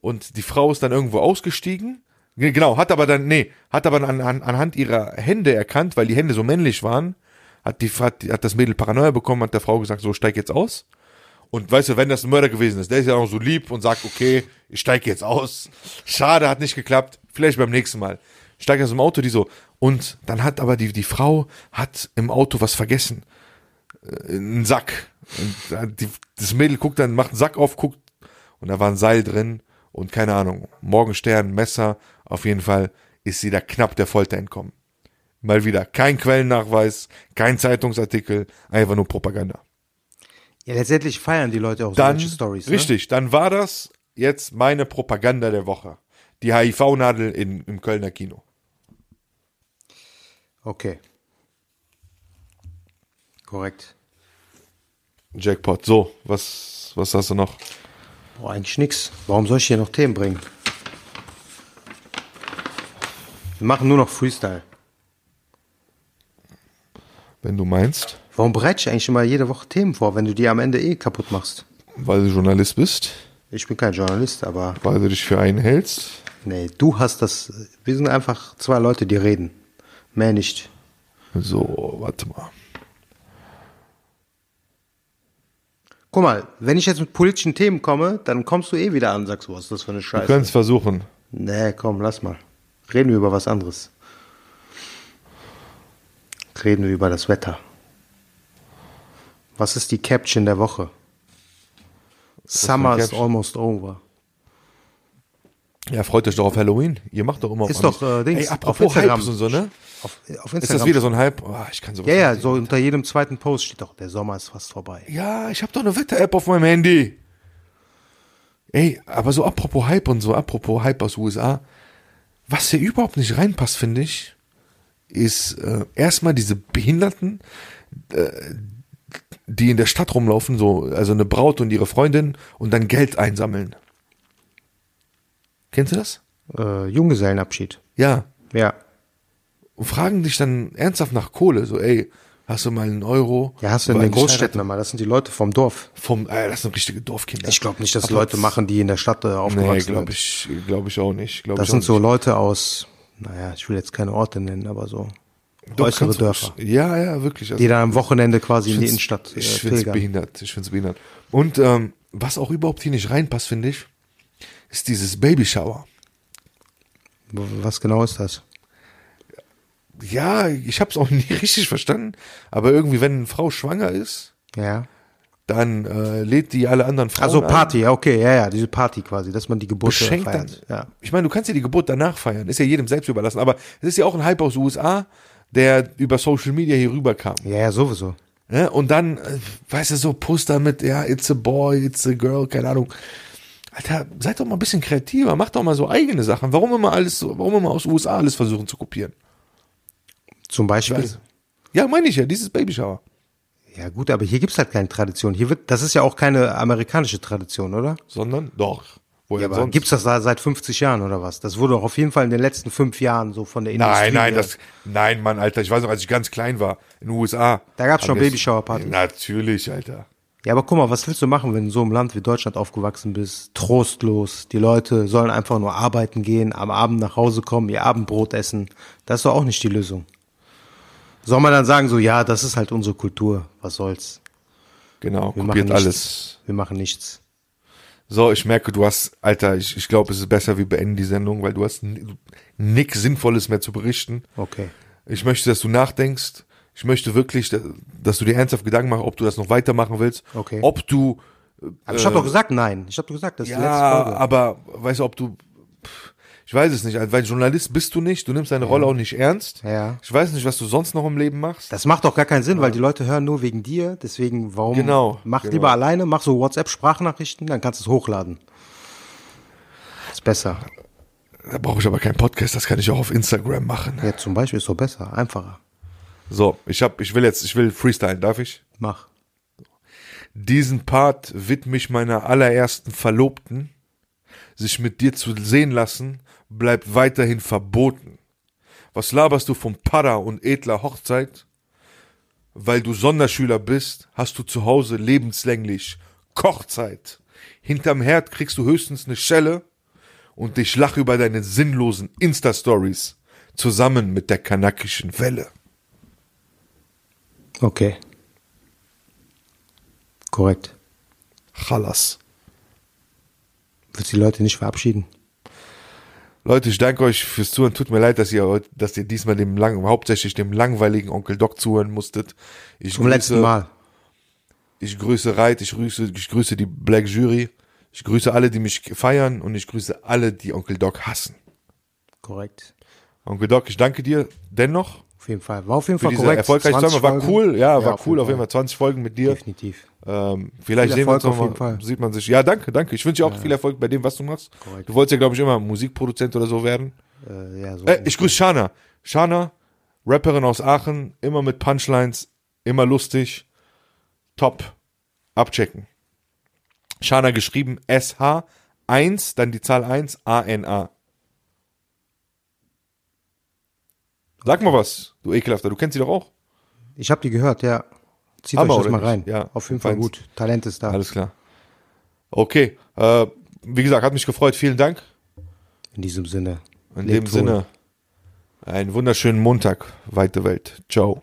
Speaker 2: und die Frau ist dann irgendwo ausgestiegen. Ge- Genau, hat aber dann, nee, hat aber an, an, anhand ihrer Hände erkannt, weil die Hände so männlich waren, hat, die, hat, hat das Mädel Paranoia bekommen, hat der Frau gesagt, so steig jetzt aus. Und weißt du, wenn das ein Mörder gewesen ist, der ist ja auch so lieb und sagt, okay, ich steige jetzt aus. Schade, hat nicht geklappt. Vielleicht beim nächsten Mal. Steigt aus dem Auto, die so. Und dann hat aber die, die Frau hat im Auto was vergessen. Äh, Einen Sack. Und da die, das Mädel guckt dann, macht einen Sack auf, guckt und da war ein Seil drin und keine Ahnung. Morgenstern, Messer. Auf jeden Fall ist sie da knapp der Folter entkommen. Mal wieder kein Quellennachweis, kein Zeitungsartikel, einfach nur Propaganda
Speaker 1: Ja, letztendlich feiern die Leute auch
Speaker 2: dann,
Speaker 1: solche Stories. Ne?
Speaker 2: richtig, dann war das jetzt meine Propaganda der Woche. Die HIV-Nadel in, im Kölner Kino.
Speaker 1: Okay. Korrekt.
Speaker 2: Jackpot. So, was, was hast du noch?
Speaker 1: Boah, eigentlich nix. Warum soll ich hier noch Themen bringen? Wir machen nur noch Freestyle.
Speaker 2: wenn du meinst,
Speaker 1: Warum bereite ich eigentlich immer jede Woche Themen vor, wenn du die am Ende eh kaputt machst?
Speaker 2: weil du Journalist bist,
Speaker 1: Ich bin kein Journalist, aber
Speaker 2: weil du dich für einen hältst.
Speaker 1: nee, du hast das. Wir sind einfach zwei Leute, die reden. Mehr nicht.
Speaker 2: So, warte mal.
Speaker 1: Guck mal, wenn ich jetzt mit politischen Themen komme, dann kommst du eh wieder an und sagst, was ist das für eine
Speaker 2: Du
Speaker 1: Scheiße?
Speaker 2: kannst versuchen.
Speaker 1: Nee, komm, lass mal. Reden wir über was anderes. Reden wir über das Wetter. Was ist die Caption der Woche? Summer is
Speaker 2: Caption?
Speaker 1: almost over.
Speaker 2: Ja, freut euch doch auf Halloween. Ihr macht doch immer
Speaker 1: Ist
Speaker 2: Amis.
Speaker 1: doch, äh, Dings,
Speaker 2: Ey,
Speaker 1: auf
Speaker 2: apropos auf
Speaker 1: Instagram.
Speaker 2: Hypes und so, ne?
Speaker 1: Auf, auf
Speaker 2: Ist das
Speaker 1: Instagram.
Speaker 2: wieder so ein Hype? Ah, ich kann sowas
Speaker 1: ja, ja,
Speaker 2: nicht.
Speaker 1: so unter jedem zweiten Post steht doch, der Sommer ist fast vorbei.
Speaker 2: Ja, ich habe doch eine Wetter-App auf meinem Handy. Ey, aber so apropos Hype und so, apropos Hype aus USA, was hier überhaupt nicht reinpasst, finde ich, ist äh, erstmal diese Behinderten, äh, die in der Stadt rumlaufen, so, also eine Braut und ihre Freundin und dann Geld einsammeln. Kennst du das?
Speaker 1: Äh, Junggesellenabschied.
Speaker 2: Ja.
Speaker 1: Ja.
Speaker 2: Und fragen dich dann ernsthaft nach Kohle, so, ey, hast du mal einen Euro?
Speaker 1: Ja, hast du in
Speaker 2: Weil
Speaker 1: den
Speaker 2: ich
Speaker 1: Großstädten immer. Das sind die Leute vom Dorf.
Speaker 2: heirate Vom, äh, das sind richtige Dorfkinder.
Speaker 1: Ich glaube nicht, dass
Speaker 2: Aber
Speaker 1: Leute machen, die in der Stadt äh, aufgewachsen
Speaker 2: Nee,
Speaker 1: sind.
Speaker 2: glaube ich, glaube ich auch nicht. Glaub
Speaker 1: Das
Speaker 2: ich
Speaker 1: sind
Speaker 2: auch
Speaker 1: so Leute aus, naja, ich will jetzt keine Orte nennen, aber so
Speaker 2: nicht. Doch,
Speaker 1: äußere
Speaker 2: kannst du-
Speaker 1: Dörfer,
Speaker 2: Ja, ja, wirklich. Also,
Speaker 1: die dann am Wochenende quasi in die
Speaker 2: find's-
Speaker 1: Innenstadt äh,
Speaker 2: Ich finde es
Speaker 1: pilgern.
Speaker 2: behindert. Ich finde es behindert. Und ähm, was auch überhaupt hier nicht reinpasst, finde ich, ist dieses Babyshower.
Speaker 1: W- Was genau ist das?
Speaker 2: Ja, ich habe es auch nie richtig verstanden, aber irgendwie, wenn eine Frau schwanger ist,
Speaker 1: Ja.
Speaker 2: dann äh, lädt die alle anderen Frauen
Speaker 1: Also
Speaker 2: ein,
Speaker 1: Party, ja, okay, ja, ja, diese Party quasi, dass man die Geburt
Speaker 2: beschenkt dann.
Speaker 1: feiert. Ja.
Speaker 2: Ich meine, du kannst ja die Geburt danach feiern, ist ja jedem selbst überlassen, aber es ist ja auch ein Hype aus den USA, der über Social Media hier rüberkam.
Speaker 1: ja, ja, sowieso.
Speaker 2: Ne? Und dann, äh, weißt du, so Poster mit, ja, it's a boy, it's a girl, keine Ahnung. Alter, seid doch mal ein bisschen kreativer, macht doch mal so eigene Sachen. Warum immer alles, so- warum immer aus USA alles versuchen zu kopieren?
Speaker 1: Zum Beispiel.
Speaker 2: Also, ja, meine ich ja, dieses Babyshower.
Speaker 1: Ja gut, aber hier gibt's halt keine Tradition. Hier wird, das ist ja auch keine amerikanische Tradition, oder?
Speaker 2: Sondern, doch. Woher
Speaker 1: Ja, aber gibt's das da seit 50 Jahren oder was? Das wurde auch auf jeden Fall in den letzten fünf Jahren so von der Industrie.
Speaker 2: Nein, nein,
Speaker 1: äh,
Speaker 2: das, nein, Mann, Alter, ich weiß noch, als ich ganz klein war, in den USA.
Speaker 1: Da gab's schon
Speaker 2: haben wir-
Speaker 1: Babyshower-Partys.
Speaker 2: Natürlich, Alter.
Speaker 1: Ja, aber guck mal, was willst du machen, wenn du in so einem Land wie Deutschland aufgewachsen bist? Trostlos. Die Leute sollen einfach nur arbeiten gehen, am Abend nach Hause kommen, ihr Abendbrot essen. Das ist doch auch nicht die Lösung. Soll man dann sagen, so, ja, das ist halt unsere Kultur. Was soll's?
Speaker 2: Genau,
Speaker 1: Wir
Speaker 2: kopiert
Speaker 1: machen nichts.
Speaker 2: alles.
Speaker 1: Wir machen nichts.
Speaker 2: So, ich merke, du hast, Alter, ich, ich glaube, es ist besser, wir beenden die Sendung, weil du hast n- nix Sinnvolles mehr zu berichten.
Speaker 1: Okay.
Speaker 2: Ich möchte, dass du nachdenkst. Ich möchte wirklich, da- dass du dir ernsthaft Gedanken machst, ob du das noch weitermachen willst.
Speaker 1: Okay.
Speaker 2: Ob du,
Speaker 1: Aber ich habe doch gesagt, nein. Ich habe doch gesagt, das ist die letzte
Speaker 2: Äh, ja,
Speaker 1: Folge.
Speaker 2: aber, weißt du, ob du, pff, ich weiß es nicht, also, weil Journalist bist du nicht, du nimmst deine Rolle auch nicht ernst.
Speaker 1: Ja.
Speaker 2: Ich weiß nicht, was du sonst noch im Leben machst.
Speaker 1: Das macht doch gar keinen Sinn, weil die Leute hören nur wegen dir. Deswegen, warum?
Speaker 2: Genau,
Speaker 1: Mach
Speaker 2: genau.
Speaker 1: lieber alleine, mach so WhatsApp-Sprachnachrichten, dann kannst du es hochladen. Ist besser.
Speaker 2: Da brauche ich aber keinen Podcast, das kann ich auch auf Instagram machen.
Speaker 1: Ja, zum Beispiel ist so besser, einfacher.
Speaker 2: So, ich hab, ich will jetzt, ich will freestylen, darf ich?
Speaker 1: Mach.
Speaker 2: Diesen Part widme ich meiner allerersten Verlobten. Sich mit dir zu sehen lassen, bleibt weiterhin verboten. Was laberst du vom Para und edler Hochzeit? Weil du Sonderschüler bist, hast du zu Hause lebenslänglich Kochzeit. Hinterm Herd kriegst du höchstens eine Schelle und ich lache über deine sinnlosen Insta-Stories zusammen mit der kanakischen Welle.
Speaker 1: Okay. Korrekt.
Speaker 2: Chalas.
Speaker 1: Willst die Leute nicht verabschieden?
Speaker 2: Leute, ich danke euch fürs Zuhören. Tut mir leid, dass ihr heute, dass ihr diesmal dem lang, hauptsächlich dem langweiligen Onkel Doc zuhören musstet. Ich
Speaker 1: Zum letzten Mal.
Speaker 2: Ich grüße Reit, ich grüße, ich grüße die Black Jury, ich grüße alle, die mich feiern und ich grüße alle, die Onkel Doc hassen.
Speaker 1: Korrekt.
Speaker 2: Onkel Doc, ich danke dir dennoch
Speaker 1: Auf jeden Fall. War auf jeden
Speaker 2: für
Speaker 1: Fall
Speaker 2: diese
Speaker 1: korrekt.
Speaker 2: erfolgreiche
Speaker 1: 20
Speaker 2: Sommer. War
Speaker 1: Folgen.
Speaker 2: cool, ja, war
Speaker 1: auf
Speaker 2: cool, auf jeden Fall 20 Folgen mit dir.
Speaker 1: Definitiv.
Speaker 2: Ähm, vielleicht
Speaker 1: Viel
Speaker 2: sehen wir uns
Speaker 1: Erfolg auf
Speaker 2: noch
Speaker 1: jeden
Speaker 2: mal,
Speaker 1: Fall.
Speaker 2: sieht man sich. Ja, danke, danke. Ich wünsche dir auch viel Erfolg bei dem, was du machst.
Speaker 1: Korrekt.
Speaker 2: Du wolltest ja, glaube ich, immer Musikproduzent oder so werden.
Speaker 1: Äh, ja, so.
Speaker 2: Äh, ich grüße Shana. Shana, Rapperin aus Aachen, immer mit Punchlines, immer lustig, top. Abchecken. Shana geschrieben SH1, dann die Zahl 1, ANA. Sag mal was, du Ekelhafter, du kennst sie doch auch.
Speaker 1: Ich habe die gehört, ja. Zieht
Speaker 2: Hammer,
Speaker 1: euch das
Speaker 2: oder
Speaker 1: mal
Speaker 2: nicht?
Speaker 1: rein.
Speaker 2: Ja,
Speaker 1: Auf jeden Fall
Speaker 2: feins.
Speaker 1: gut. Talent ist da.
Speaker 2: Alles klar. Okay, äh, wie gesagt, hat mich gefreut. Vielen Dank.
Speaker 1: In diesem Sinne.
Speaker 2: In
Speaker 1: Lebt
Speaker 2: dem
Speaker 1: wohl.
Speaker 2: Sinne, einen wunderschönen Montag, weite Welt. Ciao.